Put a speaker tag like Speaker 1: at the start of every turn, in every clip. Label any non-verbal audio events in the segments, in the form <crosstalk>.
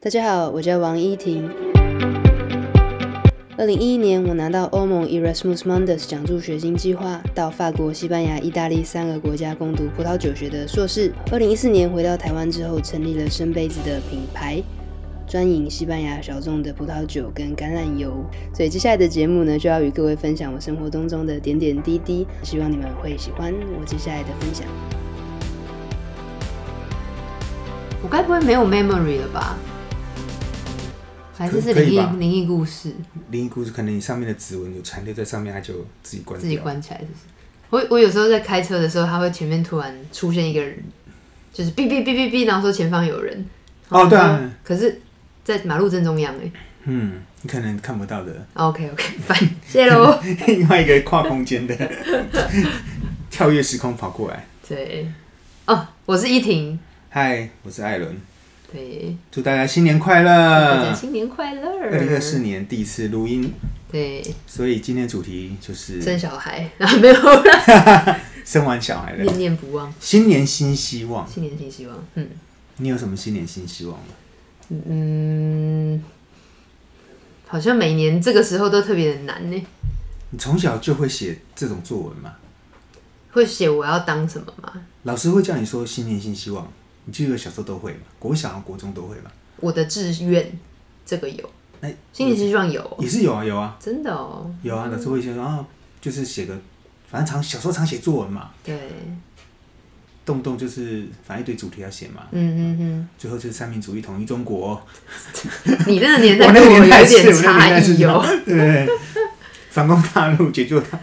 Speaker 1: 大家好，我叫王依婷。二零一一年，我拿到欧盟 Erasmus Mundus 奖助学金计划，到法国、西班牙、意大利三个国家攻读葡萄酒学的硕士。二零一四年回到台湾之后，成立了深杯子的品牌，专营西班牙小众的葡萄酒跟橄榄油。所以接下来的节目呢，就要与各位分享我生活当中的点点滴滴，希望你们会喜欢我接下来的分享。我该不会没有 memory 了吧？还是是
Speaker 2: 可
Speaker 1: 灵
Speaker 2: 以
Speaker 1: 异
Speaker 2: 吧啊
Speaker 1: 灵异故事？
Speaker 2: 灵异故事可能你上面的指纹有残留在上面，它就自己关
Speaker 1: 自己
Speaker 2: 掉。
Speaker 1: 关起来，是不是？我我有时候在开车的时候，它会前面突然出现一个人，就是哔哔哔哔哔，然后说前方有人。
Speaker 2: 哦对啊
Speaker 1: 然后可是，在马路正中央哎。
Speaker 2: 嗯，你可能看不到的。
Speaker 1: OK OK，烦， <laughs> 谢
Speaker 2: <laughs>
Speaker 1: 喽。
Speaker 2: 另外一个跨空间的，跳跃时空跑过来。
Speaker 1: 对，哦，我是依婷。
Speaker 2: 嗨，我是艾伦，
Speaker 1: 对，
Speaker 2: 祝大家新年快
Speaker 1: 大家
Speaker 2: 乐！
Speaker 1: 新年快乐。
Speaker 2: 呃二零二四年第一次录音，
Speaker 1: 对，
Speaker 2: 所以今天主题就是
Speaker 1: 生小孩， <laughs> 然后没有啦，
Speaker 2: 生完小孩了，
Speaker 1: 念念不忘，
Speaker 2: 新年新希望。
Speaker 1: 新年新希望。嗯
Speaker 2: 你有什么新年新希望吗？
Speaker 1: 嗯，好像每年这个时候都特别的难欸呢。
Speaker 2: 你从小就会写这种作文吗？
Speaker 1: 会写我要当什么吗？
Speaker 2: 老师会叫你说新年新希望，你记得小时候都会吗？国小、啊国中都会吗？
Speaker 1: 我的志愿，这个有，
Speaker 2: 那
Speaker 1: 心理希望有，
Speaker 2: 也是哎有啊，有啊。
Speaker 1: 真的哦，
Speaker 2: 有啊，老师会先说啊，就是写个，反正常小时候常写作文嘛， <laughs>
Speaker 1: 对，
Speaker 2: 动不动就是反正一堆主题要写嘛，
Speaker 1: 嗯嗯
Speaker 2: 最后就是三民主义统一中国，
Speaker 1: 嗯，你那个年代
Speaker 2: <laughs> 我
Speaker 1: 跟
Speaker 2: 那个
Speaker 1: 有
Speaker 2: 年代是
Speaker 1: 点
Speaker 2: 我那个年
Speaker 1: 差
Speaker 2: 代是
Speaker 1: 异哦。
Speaker 2: 对反攻大陆，解救他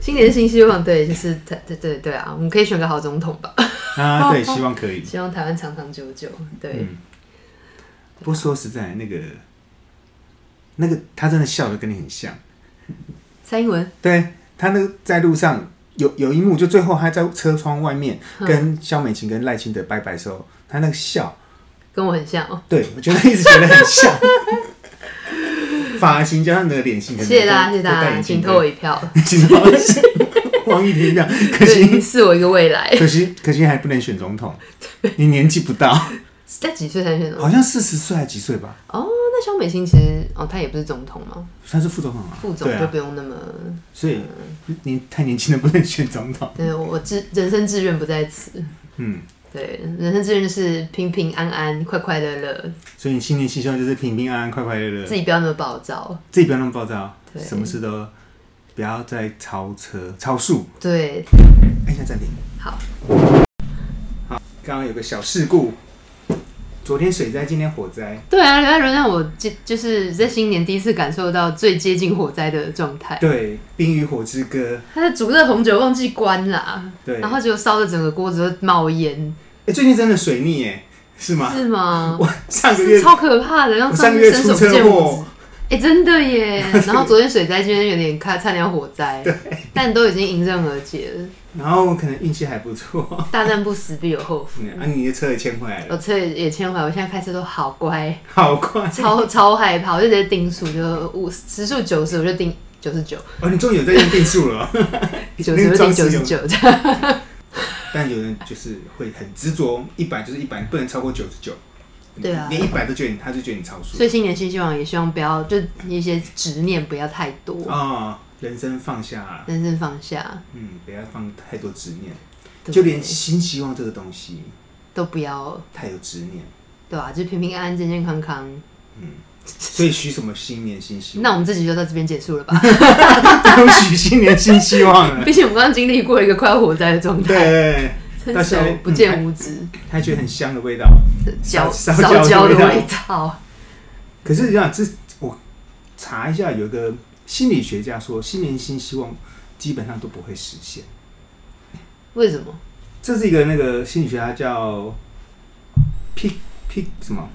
Speaker 1: 新年新希望，对，就是对对对对啊，我们可以选个好总统吧， <laughs>
Speaker 2: <laughs> 啊，对，希望可以。
Speaker 1: 希望台湾长长久久。对，
Speaker 2: 嗯，不过说实在，那个那个他真的笑的跟你很像，
Speaker 1: 蔡英文，
Speaker 2: 对他那个在路上。有有一幕，就最后他在车窗外面跟肖美琴跟赖清德拜拜的时候，他那个笑，
Speaker 1: 跟我很像哦，
Speaker 2: 对，我觉得一直觉得很像。
Speaker 1: <laughs>
Speaker 2: 发型加上你的脸型，可能
Speaker 1: 谢谢大家，
Speaker 2: 都
Speaker 1: 谢谢大
Speaker 2: 都戴
Speaker 1: 家，
Speaker 2: 眼
Speaker 1: 请
Speaker 2: 镜
Speaker 1: 投我一 <laughs> 票，
Speaker 2: 对请投我一票王一
Speaker 1: <laughs>
Speaker 2: 婷这样，可
Speaker 1: 对，
Speaker 2: 惜
Speaker 1: 是我一个未
Speaker 2: <laughs>
Speaker 1: 来。
Speaker 2: 可惜可惜还不能选总统，你年纪不到，
Speaker 1: 在几岁才选总统？
Speaker 2: 好像四十岁还几岁吧，
Speaker 1: 哦，那肖美琴其实哦，她也不是总统嘛，
Speaker 2: 算是副总统啊，
Speaker 1: 副总
Speaker 2: 对
Speaker 1: 就
Speaker 2: 啊，
Speaker 1: 不用那么。
Speaker 2: 所以你太年轻了不能选
Speaker 1: <laughs>
Speaker 2: 总统，
Speaker 1: 对我我志人生志愿不在此。
Speaker 2: 嗯，
Speaker 1: 对，人生志愿就是平平安安、快快乐乐，
Speaker 2: 所以你新年新希望就是平平安安、快快乐乐
Speaker 1: 自，己不要那么暴躁。
Speaker 2: 自己不要那么暴躁，
Speaker 1: 对
Speaker 2: 哦什么事都不要再超车、超速，
Speaker 1: 对，
Speaker 2: 按一下暂停。
Speaker 1: 好，
Speaker 2: 刚刚有个小事故，昨天水灾，今天火灾。
Speaker 1: 对啊，刘爱伦让我就就是在新年第一次感受到最接近火灾的状态。
Speaker 2: 对，《冰与火之歌》
Speaker 1: 他的煮热红酒忘记关啦，
Speaker 2: 对，
Speaker 1: 然后就烧的整个锅子都冒烟，
Speaker 2: 哎，最近真的水逆哎，是吗？
Speaker 1: 是吗？
Speaker 2: 我上个
Speaker 1: 是
Speaker 2: 月
Speaker 1: 超可怕的，让
Speaker 2: 我上个月
Speaker 1: 伸
Speaker 2: 出
Speaker 1: 手
Speaker 2: 车
Speaker 1: 见五指
Speaker 2: 祸，。
Speaker 1: 哎、真的
Speaker 2: <laughs>
Speaker 1: 耶！然后昨天水灾，今天有点差差点要火灾，但都已经迎刃而解了。
Speaker 2: 然后我可能运气还不错，
Speaker 1: 大难不死，必有后福。
Speaker 2: 嗯啊，你的车也牵回来了，
Speaker 1: 我车也也牵回来，我现在开车都好乖。
Speaker 2: 好快
Speaker 1: 超超害怕，我就直接定数，就五时速九十，我就定九十九，
Speaker 2: 哦！你终于有在用定数了，
Speaker 1: <laughs> 九十
Speaker 2: 那个
Speaker 1: 定
Speaker 2: 装
Speaker 1: 九
Speaker 2: 饰
Speaker 1: 十
Speaker 2: 用
Speaker 1: 九这样。
Speaker 2: 但有人就是会很执着，一百就是一百，不能超过九十九。
Speaker 1: 对啊
Speaker 2: 连一百都觉得你，他就觉得你超速
Speaker 1: 所以新年新希望，也希望不要就一些执念不要太多，
Speaker 2: 啊！人生放下，
Speaker 1: 人生放下，
Speaker 2: 嗯，不要放太多执念，
Speaker 1: 对
Speaker 2: 就连新希望这个东西
Speaker 1: 都不要，
Speaker 2: 太有执念，
Speaker 1: 对吧、就平平安安、健健康康。
Speaker 2: 所以许什么新年新希望？ <laughs>
Speaker 1: 那我们这集就到这边结束了吧？ <laughs>
Speaker 2: 都许新年新希望了。
Speaker 1: 毕竟我们刚刚经历过一个快要火灾的状态，
Speaker 2: 对，
Speaker 1: 伸
Speaker 2: 到现
Speaker 1: 手
Speaker 2: 在
Speaker 1: 不见五指，
Speaker 2: 还觉得很香的味道。
Speaker 1: 焦
Speaker 2: 烧
Speaker 1: 烧焦
Speaker 2: 焦
Speaker 1: 的
Speaker 2: 的味道
Speaker 1: 味道。
Speaker 2: 可是你想，这我查一下，有一个心理学家说，新年新希望基本上都不会实现。
Speaker 1: 为什么？
Speaker 2: 这是一个那个心理学家叫 Pick Pick 什么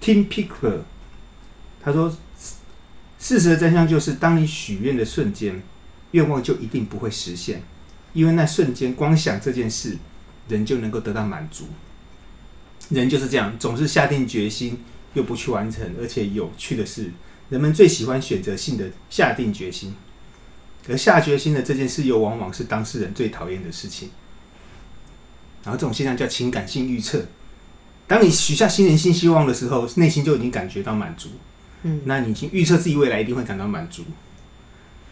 Speaker 2: Tim Picker，他说，事实的真相就是，当你许愿的瞬间，愿望就一定不会实现，因为那瞬间光想这件事，人就能够得到满足。人就是这样，总是下定决心又不去完成，而且有趣的是，人们最喜欢选择性的下定决心，而下决心的这件事又往往是当事人最讨厌的事情。然后这种现象叫情感性预测，当你许下新年新希望的时候，内心就已经感觉到满足。
Speaker 1: 嗯，
Speaker 2: 那你已经预测自己未来一定会感到满足。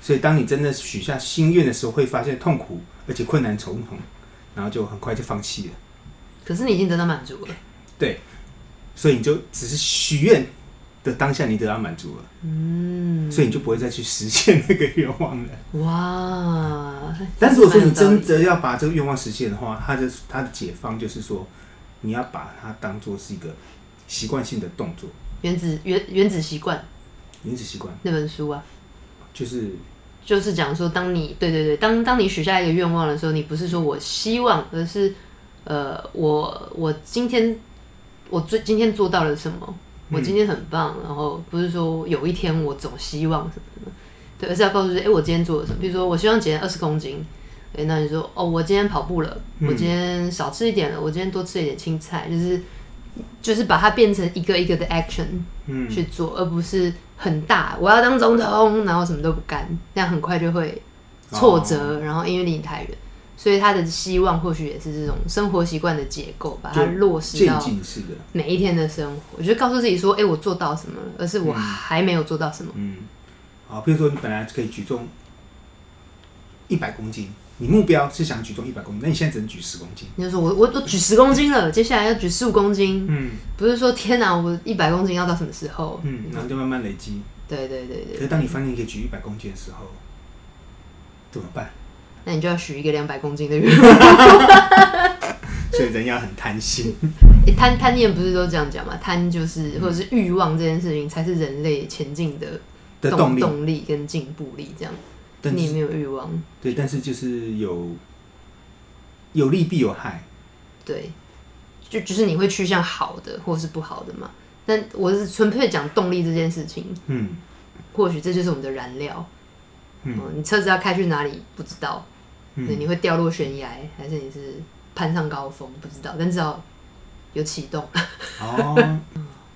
Speaker 2: 所以，当你真的许下心愿的时候，会发现痛苦而且困难重重，然后就很快就放弃了。
Speaker 1: 可是你已经得到满足了。
Speaker 2: 所以你就只是许愿的当下，你得到满足了，
Speaker 1: 嗯，
Speaker 2: 所以你就不会再去实现那个愿望了。
Speaker 1: 哇！
Speaker 2: 但是如果说你真
Speaker 1: 这
Speaker 2: 的要把这个愿望实现的话，它的它的解放就是说，你要把它当做是一个习惯性的动作，
Speaker 1: 原子原原子习惯
Speaker 2: 原子习惯
Speaker 1: 那本书啊，
Speaker 2: 就是
Speaker 1: 就是讲说，当你对对对，当当你许下一个愿望的时候，你不是说我希望，而是呃，我我今天我最今天做到了什么，我今天很棒，然后不是说有一天我总希望什么什么，对，而是要告诉自己，哎、我今天做了什么，比如说我希望减二十公斤。哎，那你说哦，我今天跑步了，
Speaker 2: 嗯
Speaker 1: 我今天少吃一点了，我今天多吃一点青菜，就是就是把它变成一个一个的 action，
Speaker 2: 嗯，
Speaker 1: 去做，而不是很大，我要当总统，然后什么都不干，那样很快就会挫
Speaker 2: 哦
Speaker 1: 折，然后因为离你太远，所以他的希望或许也是这种生活习惯的结构，把它
Speaker 2: 就
Speaker 1: 落实
Speaker 2: 渐
Speaker 1: 到
Speaker 2: 进式的，
Speaker 1: 每一天的生活，就告诉自己说，哎、我做到什么了，而是我还没有做到什么，
Speaker 2: 嗯，好，比如说你本来可以举重一百公斤，你目标是想举重一百公斤，那你现在只能举十公斤，
Speaker 1: 你就说我我都举十公斤了，接下来要举十五公斤，
Speaker 2: 嗯
Speaker 1: 不是说天哪、我一百公斤要到什么时候？
Speaker 2: 嗯，然后就慢慢累积。
Speaker 1: 对对对
Speaker 2: 可
Speaker 1: 对，
Speaker 2: 是当你发现你可以举一百公斤的时候，怎么办？
Speaker 1: 那你就要许一个两百公斤的愿望。
Speaker 2: 所以人要很贪心，
Speaker 1: 欸贪贪念不是都这样讲嘛？贪就是或者是欲望这件事情，才是人类前进的
Speaker 2: 的动力，
Speaker 1: 动力跟进步力。这样，
Speaker 2: 但
Speaker 1: 你
Speaker 2: 是
Speaker 1: 没有欲望，
Speaker 2: 对，但是就是有有利必有害，
Speaker 1: 对，就就是你会趋向好的或是不好的嘛。但我是纯粹讲动力这件事情，
Speaker 2: 嗯
Speaker 1: 或许这就是我们的燃料。
Speaker 2: 嗯
Speaker 1: 哦，你车子要开去哪里不知道，对，
Speaker 2: 嗯，
Speaker 1: 你会掉落悬崖，还是你是攀上高峰不知道，但至少有启动。
Speaker 2: 哦， <laughs>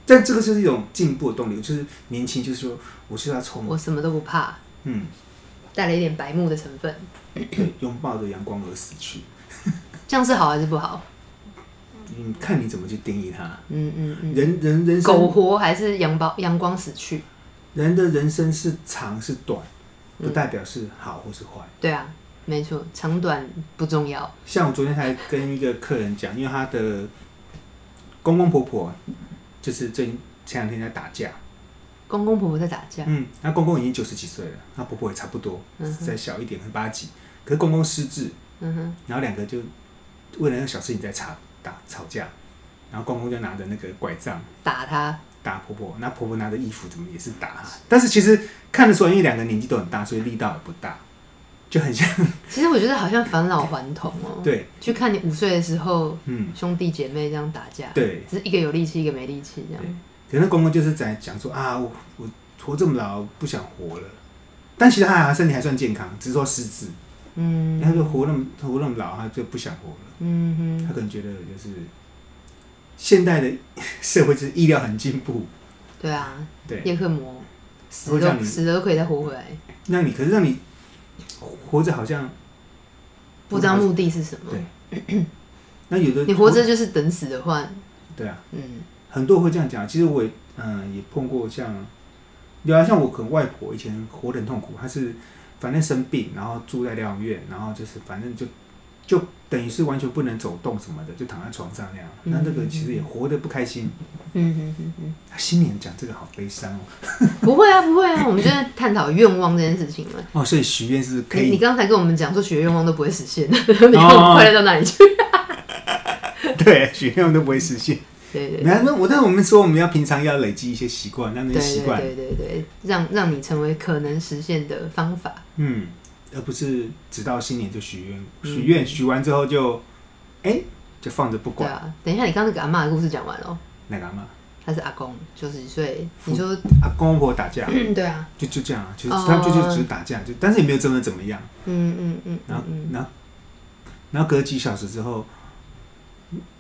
Speaker 2: 但这个就是一种进步的动力，就是年轻，就是说我是要冲，
Speaker 1: 我什么都不怕，
Speaker 2: 嗯，
Speaker 1: 带了一点白目的成分，
Speaker 2: 对，拥抱着阳光而死去，
Speaker 1: 这样是好还是不好？
Speaker 2: 嗯，看你怎么去定义它。
Speaker 1: 嗯嗯嗯。
Speaker 2: 人人人
Speaker 1: 苟
Speaker 2: 生，
Speaker 1: 活还是阳光阳光死去？
Speaker 2: 人的人生是长是短，
Speaker 1: 嗯
Speaker 2: 不代表是好或是坏。
Speaker 1: 对啊，没错，长短不重要。
Speaker 2: 像我昨天才跟一个客人讲，因为他的公公婆婆就是最近前两天在打架，
Speaker 1: 公公婆婆在打架，
Speaker 2: 嗯，那公公已经九十几岁了，那婆婆也差不多，
Speaker 1: 嗯哼
Speaker 2: 再小一点，可能八几。可是公公失智，
Speaker 1: 嗯哼，
Speaker 2: 然后两个就为了那个小事情在吵打吵架，然后公公就拿着那个拐杖
Speaker 1: 打他，
Speaker 2: 打婆婆，那婆婆拿着衣服怎么也是打她，但是其实看得出来，因为两个年纪都很大，所以力道也不大，就很像。，
Speaker 1: 其实我觉得好像返老还童哦
Speaker 2: 对，
Speaker 1: 去看你五岁的时候，
Speaker 2: 嗯，
Speaker 1: 兄弟姐妹这样打架，
Speaker 2: 对。
Speaker 1: 只是一个有力气，一个没力气这样。
Speaker 2: 可能公公就是在讲说啊，我我活这么老不想活了，但其实他还身体还算健康，只是说失智，
Speaker 1: 嗯
Speaker 2: 他就活那么活那么老，他就不想活了。
Speaker 1: 嗯
Speaker 2: 他
Speaker 1: 哼，
Speaker 2: 可能觉得就是现代的 <laughs> 社会就是医疗很进步，
Speaker 1: 对啊，
Speaker 2: 对，
Speaker 1: 叶克膜死
Speaker 2: 我想
Speaker 1: 都
Speaker 2: 你
Speaker 1: 死了都可以再活回来，
Speaker 2: 让你可是让你活着好像
Speaker 1: 不知道目的是什么
Speaker 2: 对。那有的
Speaker 1: 你活着就是等死的话，
Speaker 2: 对啊，
Speaker 1: 嗯
Speaker 2: 很多人会这样讲。其实我也嗯、也碰过像有啊，像我可能外婆以前活得很痛苦，她是反正生病，然后住在疗养院，然后就是反正就就等于是完全不能走动什么的，就躺在床上那样。那那个其实也活得不开心。
Speaker 1: 嗯哼哼哼。
Speaker 2: 新年讲这个好悲伤哦
Speaker 1: 不会啊，不会啊，我 <laughs> 们就在探讨愿望这件事情嘛。
Speaker 2: 哦，所以许愿是可
Speaker 1: 你
Speaker 2: 以
Speaker 1: 你刚才跟我们讲说许愿望都不会实
Speaker 2: <laughs>
Speaker 1: 现，你看我快乐到哪里去？
Speaker 2: <laughs> 对，许愿都不会实现。
Speaker 1: 对对
Speaker 2: 没有，那我但我们说我们要平常要累积一些习惯，让那
Speaker 1: 对
Speaker 2: 些习
Speaker 1: 对
Speaker 2: 惯，
Speaker 1: 对对对，让让你成为可能实现的方法。
Speaker 2: 嗯，而不是直到新年就许愿，
Speaker 1: 嗯
Speaker 2: 许愿许完之后就，哎、就放着不
Speaker 1: 对
Speaker 2: 管，
Speaker 1: 啊，等一下，你刚刚那个阿嬷的故事讲完了哦，
Speaker 2: 那干嘛？
Speaker 1: 他是阿公九十几岁，你说
Speaker 2: 啊，公公婆婆打架，
Speaker 1: 嗯 <clears throat> 对啊，
Speaker 2: 就就这样啊，就是
Speaker 1: 哦
Speaker 2: 他们就就只是打架，就但是也没有真的怎么样。
Speaker 1: 嗯嗯嗯
Speaker 2: 然后
Speaker 1: 嗯嗯，
Speaker 2: 然后然后隔几小时之后，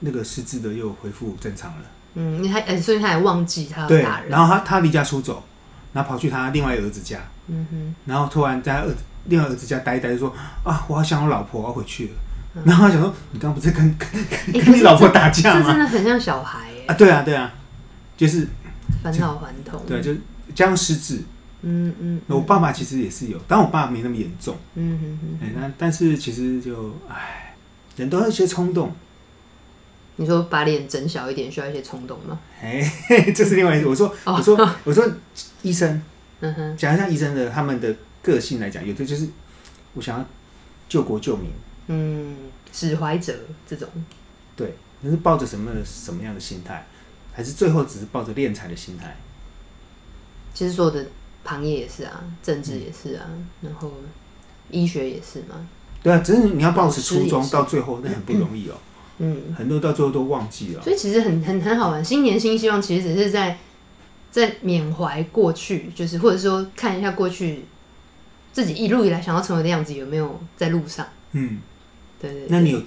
Speaker 2: 那个失智的又恢复正常了。
Speaker 1: 嗯，你还哎所以他还忘记他要
Speaker 2: 对
Speaker 1: 打，人，
Speaker 2: 然后他他离家出走，然后跑去他另外一个儿子家，
Speaker 1: 嗯哼，
Speaker 2: <laughs> 然后突然在他儿子另外儿子家待一待，就说啊，我好想我老婆，我要回去了。
Speaker 1: 嗯
Speaker 2: 然后他想说，你刚刚不是跟跟
Speaker 1: 哎可
Speaker 2: 跟
Speaker 1: 是
Speaker 2: 你老婆打架
Speaker 1: 这真
Speaker 2: 吗？
Speaker 1: 的很像小孩耶
Speaker 2: 啊，，对啊，对啊， <laughs> 就是
Speaker 1: 返老还童。
Speaker 2: 对，就是加上失智。
Speaker 1: 嗯嗯，
Speaker 2: 我爸爸其实也是有，但我爸没那么严重。
Speaker 1: 嗯，嗯嗯嗯，
Speaker 2: 哎、那但是其实就唉，人都有一些冲动。 <laughs>
Speaker 1: 你说把脸整小一点，需要一些冲动吗？
Speaker 2: 哎、这是另外一个。我说，
Speaker 1: 哦
Speaker 2: 我说，我说，医生，
Speaker 1: 嗯哼，
Speaker 2: 讲一下医生的他们的个性来讲，有的就是我想要救国救民，
Speaker 1: 嗯，使怀者这种，
Speaker 2: 对，那是抱着什么什么样的心态，还是最后只是抱着敛财的心态？
Speaker 1: 其实所有的行业也是啊，政治也是啊，然后医学也是嘛，
Speaker 2: 对啊，只是你要保
Speaker 1: 老
Speaker 2: 持
Speaker 1: 师
Speaker 2: 初
Speaker 1: 也
Speaker 2: 衷
Speaker 1: 是
Speaker 2: 到最后，那很不容易哦、
Speaker 1: 嗯，
Speaker 2: 很多到最后都忘记了。
Speaker 1: 所以其实很很很好玩。新年新希望其实只是在在缅怀过去，就是或者说看一下过去自己一路以来想要成为的样子有没有在路上。
Speaker 2: 嗯，
Speaker 1: 对对对
Speaker 2: 那你有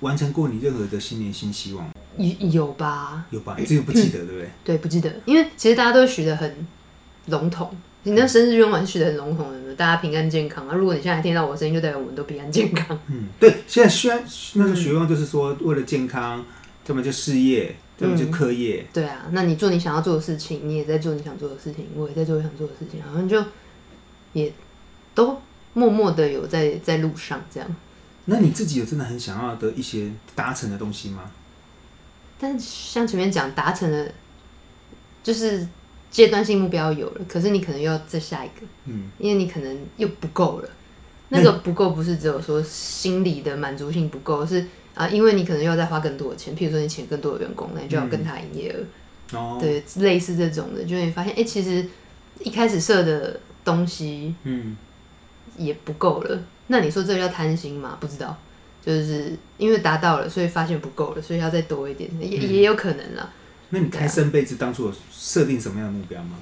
Speaker 2: 完成过你任何的新年新希望吗
Speaker 1: 有有吧？
Speaker 2: 有吧？这个不记得，对不对？
Speaker 1: 对，不记得，因为其实大家都许得很笼统。你那生日愿望许得很笼统的，大家平安健康啊！如果你现在还听到我的声音，就代表我们都平安健康。 <laughs>
Speaker 2: 嗯，对，现在虽然那个学望就是说，为了健康，要么就事业，要么就课业，
Speaker 1: 对啊，那你做你想要做的事情，你也在做你想做的事情，我也在做我想做的事情，好像就也都默默的有在在路上这样。
Speaker 2: 那你自己有真的很想要的一些达成的东西吗？
Speaker 1: 但是像前面讲，达成了就是阶段性目标有了，可是你可能又要再下一个，
Speaker 2: 嗯，
Speaker 1: 因为你可能又不够了。
Speaker 2: 那
Speaker 1: 那个不够不是只有说心理的满足性不够，是啊，因为你可能又要再花更多的钱，譬如说你请更多的员工，那你就要跟他营业额，
Speaker 2: 哦，
Speaker 1: 对，类似这种的，就会发现，哎、其实一开始设的东西
Speaker 2: 嗯，
Speaker 1: 也不够了。那你说这叫贪心吗？不知道，就是因为达到了，所以发现不够了，所以要再多一点，也、也有可能啦。
Speaker 2: 那你开生杯子当初有设定什么样的目标吗？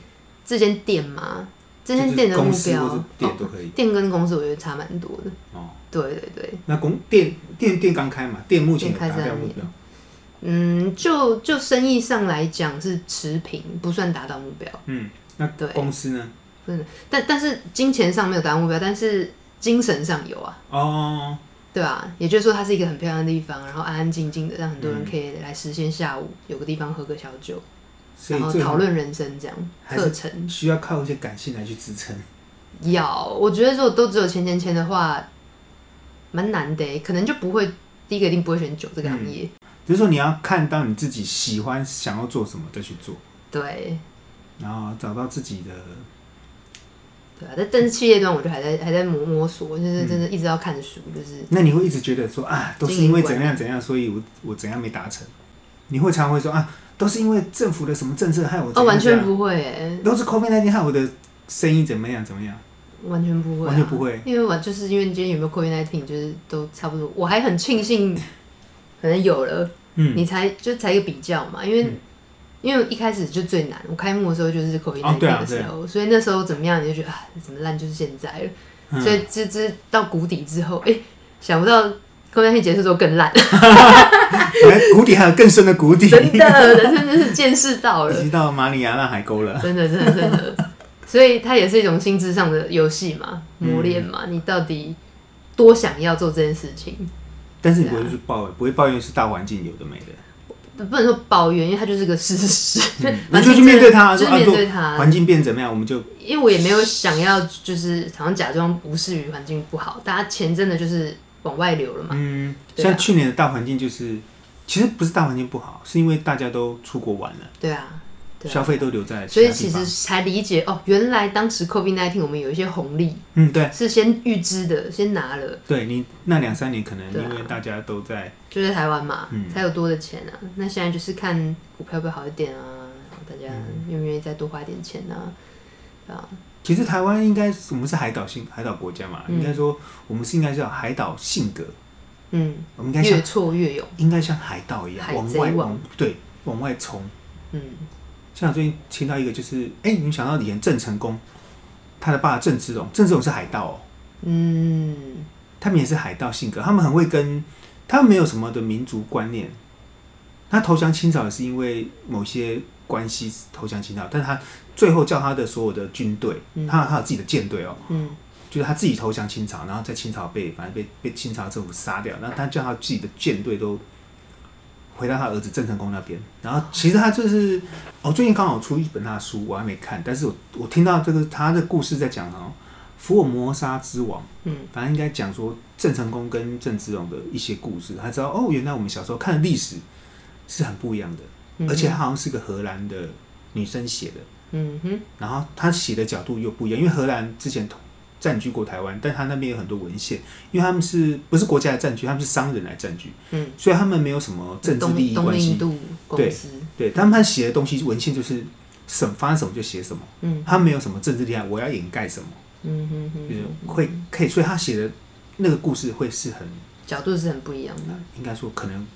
Speaker 1: 这间店吗？这
Speaker 2: 就
Speaker 1: 间
Speaker 2: 是
Speaker 1: 店的目
Speaker 2: 公司
Speaker 1: 标，
Speaker 2: 或者店
Speaker 1: 哦
Speaker 2: 都可以。
Speaker 1: 店跟公司我觉得差蛮多的。
Speaker 2: 哦，
Speaker 1: 对对对，
Speaker 2: 那公店店店刚开嘛，店目前
Speaker 1: 店
Speaker 2: 有
Speaker 1: 开
Speaker 2: 达
Speaker 1: 在
Speaker 2: 到
Speaker 1: 哪里
Speaker 2: 目标，
Speaker 1: 嗯，就就生意上来讲是持平，不算达到目标，
Speaker 2: 嗯，那
Speaker 1: 对
Speaker 2: 公司呢？
Speaker 1: 但但是金钱上没有达到目标，但是精神上有啊，
Speaker 2: 哦，
Speaker 1: 对吧、也就是说，它是一个很漂亮的地方，然后安安静静的，让很多人可以来实现下午有个地方喝个小酒，
Speaker 2: 所
Speaker 1: 然
Speaker 2: 以
Speaker 1: 后
Speaker 2: 最
Speaker 1: 讨
Speaker 2: 好
Speaker 1: 论人生这样
Speaker 2: 还是
Speaker 1: 课程。
Speaker 2: 需要靠一些感性来去支撑。
Speaker 1: 要，我觉得如果都只有钱钱钱的话，蛮难的欸，可能就不会第一个一定不会选酒这个
Speaker 2: 嗯
Speaker 1: 行业。
Speaker 2: 就是说你要看到你自己喜欢、想要做什么再去做，
Speaker 1: 对，
Speaker 2: 然后找到自己的
Speaker 1: 对啊，但但是企业端我就还在还在摸摸索，
Speaker 2: 嗯
Speaker 1: 就是真的一直要看书，就是
Speaker 2: 那你会一直觉得说啊，都是因为怎样怎样，所以我我怎样没达成？你会常会说啊，都是因为政府的什么政策害我怎
Speaker 1: 哦，
Speaker 2: 样
Speaker 1: 完
Speaker 2: 怎样
Speaker 1: 全不会欸，
Speaker 2: 都是 COVID 那天害我的生意怎么样怎么样？
Speaker 1: 完全不会、啊，
Speaker 2: 完全不会，
Speaker 1: 因为我就是因为今天有没有 COVID n i t 就是都差不多，我还很庆
Speaker 2: <laughs>
Speaker 1: 幸，可能有了，
Speaker 2: 嗯，
Speaker 1: 你才就才一个比较嘛，因为、
Speaker 2: 嗯
Speaker 1: 因为一开始就最难，我开幕的时候就是 COVID
Speaker 2: 哦
Speaker 1: n i
Speaker 2: 对
Speaker 1: t
Speaker 2: 啊
Speaker 1: 的时候，所以那时候怎么样你就觉得啊，怎么烂就是现在了，
Speaker 2: 嗯
Speaker 1: 所以这这到谷底之后，哎、想不到 COVID n i t 结束之后更
Speaker 2: <laughs>
Speaker 1: 烂，
Speaker 2: 来谷底还有更深的谷底，
Speaker 1: 真的，人生真是见识到
Speaker 2: 已
Speaker 1: 了。
Speaker 2: 经到马里亚纳海沟了。
Speaker 1: 真的，真的，真的。所以它也是一种心智上的游戏嘛，
Speaker 2: 嗯
Speaker 1: 磨练嘛。你到底多想要做这件事情？
Speaker 2: 但是你不会去抱怨，不会抱怨是大环境有的没的，
Speaker 1: 不能说抱怨，因为它就是个事实。 <laughs>
Speaker 2: 你嗯就去面对它，
Speaker 1: 就
Speaker 2: 说
Speaker 1: 是
Speaker 2: 啊，
Speaker 1: 面
Speaker 2: 如果
Speaker 1: 对它。
Speaker 2: 环境变怎么样，我们就
Speaker 1: 因为我也没有想要，就是好像假装无视于环境不好，大家钱真的就是往外流了嘛。
Speaker 2: 嗯，
Speaker 1: 对啊
Speaker 2: 像去年的大环境就是，其实不是大环境不好，是因为大家都出国玩了，
Speaker 1: 对啊，对
Speaker 2: 消
Speaker 1: 啊。
Speaker 2: 费都留在
Speaker 1: 所以
Speaker 2: 他
Speaker 1: 其
Speaker 2: 地方
Speaker 1: 实才理解哦，原来当时 COVID nineteen 我们有一些红利
Speaker 2: 嗯，对。
Speaker 1: 是先预知的，先拿了。
Speaker 2: 对你那两三年可能
Speaker 1: 对啊
Speaker 2: 因为大家都在，
Speaker 1: 就在台湾嘛，
Speaker 2: 嗯
Speaker 1: 才有多的钱啊。那现在就是看股票会不会好一点啊，然后大家
Speaker 2: 嗯
Speaker 1: 愿不愿意再多花一点钱啊？啊，
Speaker 2: 其实台湾应该是我们是海岛性海岛国家嘛，
Speaker 1: 嗯
Speaker 2: 应该说我们是应该叫海岛性格，
Speaker 1: 嗯，
Speaker 2: 我们应该像
Speaker 1: 越挫越勇，
Speaker 2: 应该像海盗一样
Speaker 1: 海
Speaker 2: 往
Speaker 1: 贼
Speaker 2: 外
Speaker 1: 王
Speaker 2: 往对往外冲。
Speaker 1: 嗯，
Speaker 2: 像我最近听到一个就是，哎、你们想到以前郑成功，他的爸爸郑芝龙，郑芝龙是海盗哦，
Speaker 1: 嗯，
Speaker 2: 他们也是海盗性格，他们很会跟，他们没有什么的民族观念。他投降清朝也是因为某些关系投降清朝，但是他最后叫他的所有的军队，
Speaker 1: 嗯
Speaker 2: 他他有自己的舰队哦，
Speaker 1: 嗯，
Speaker 2: 就是他自己投降清朝，然后在清朝被反正被被清朝政府杀掉，然后他叫他自己的舰队都回到他儿子郑成功那边。然后其实他就是，哦，最近刚好出一本他的书，我还没看，但是我我听到这个他的故事在讲哦，福尔摩沙之王，
Speaker 1: 嗯，
Speaker 2: 反正应该讲说郑成功跟郑芝龙的一些故事，他知道哦，原来我们小时候看的历史是很不一样的，
Speaker 1: 嗯
Speaker 2: 而且她好像是个荷兰的女生写的。
Speaker 1: 嗯哼，
Speaker 2: 然后他写的角度又不一样，因为荷兰之前统占据过台湾，但他那边有很多文献，因为他们是不是国家来占据，他们是商人来占据，
Speaker 1: 嗯，
Speaker 2: 所以他们没有什么政治
Speaker 1: 东
Speaker 2: 利益
Speaker 1: 东
Speaker 2: 关
Speaker 1: 印
Speaker 2: 系。
Speaker 1: 度公司，
Speaker 2: 对，但他们写的东西文献就是什么发生什么就写什么，
Speaker 1: 嗯
Speaker 2: 他没有什么政治立场，我要掩盖什么，
Speaker 1: 嗯哼哼
Speaker 2: 就是
Speaker 1: 哼，
Speaker 2: 会可以，所以他写的那个故事会是很，
Speaker 1: 角度是很不一样的
Speaker 2: 应该说可能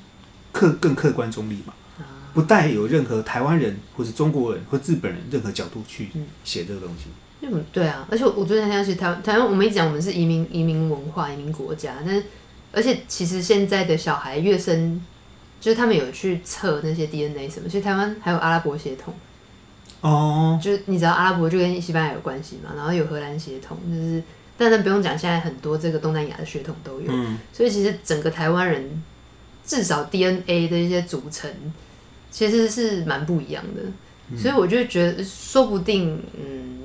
Speaker 2: 客更客观中立嘛，
Speaker 1: 啊，
Speaker 2: 不带有任何台湾人或是中国人或日本人任何角度去
Speaker 1: 嗯
Speaker 2: 写这个东西。
Speaker 1: 日本对啊，而且我昨天想起台湾台湾，我们一直讲我们是移民移民文化、移民国家，但是而且其实现在的小孩越生，就是他们有去测那些 DNA 什么，其实台湾还有阿拉伯血统，
Speaker 2: 哦，
Speaker 1: 就是你知道阿拉伯就跟西班牙有关系嘛，然后有荷兰血统，就是但是不用讲，现在很多这个东南亚的血统都有，
Speaker 2: 嗯。
Speaker 1: 所以其实整个台湾人至少 DNA 的一些组成其实是蛮不一样的，所以我就觉得说不定嗯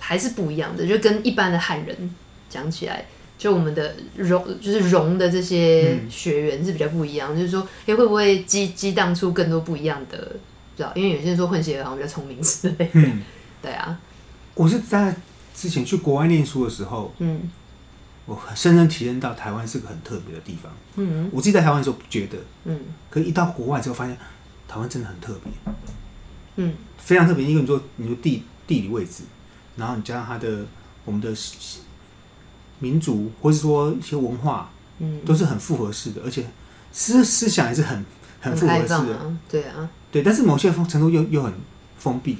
Speaker 1: 还是不一样的，就跟一般的汉人讲起来。就我们的融，就是融的这些学员是比较不一样，就是说，哎、会不会激激荡出更多不一样的？不知道，因为有些人说混血儿好像比较聪明之类的。
Speaker 2: 嗯
Speaker 1: 对啊，
Speaker 2: 我是在之前去国外念书的时候，
Speaker 1: 嗯
Speaker 2: 我很深深体验到台湾是个很特别的地方。
Speaker 1: 嗯
Speaker 2: 我自己在台湾的时候不觉得，
Speaker 1: 嗯
Speaker 2: 可一到国外之后发现，台湾真的很特别，
Speaker 1: 嗯
Speaker 2: 非常特别。一个你说你说地地理位置，然后你加上它的我们的民族或是说一些文化，
Speaker 1: 嗯，
Speaker 2: 都是很复合式的，而且思思想也是很很复合
Speaker 1: 开
Speaker 2: 式
Speaker 1: 放
Speaker 2: 的。
Speaker 1: 啊，对啊，
Speaker 2: 对，但是某些程度又又很封闭。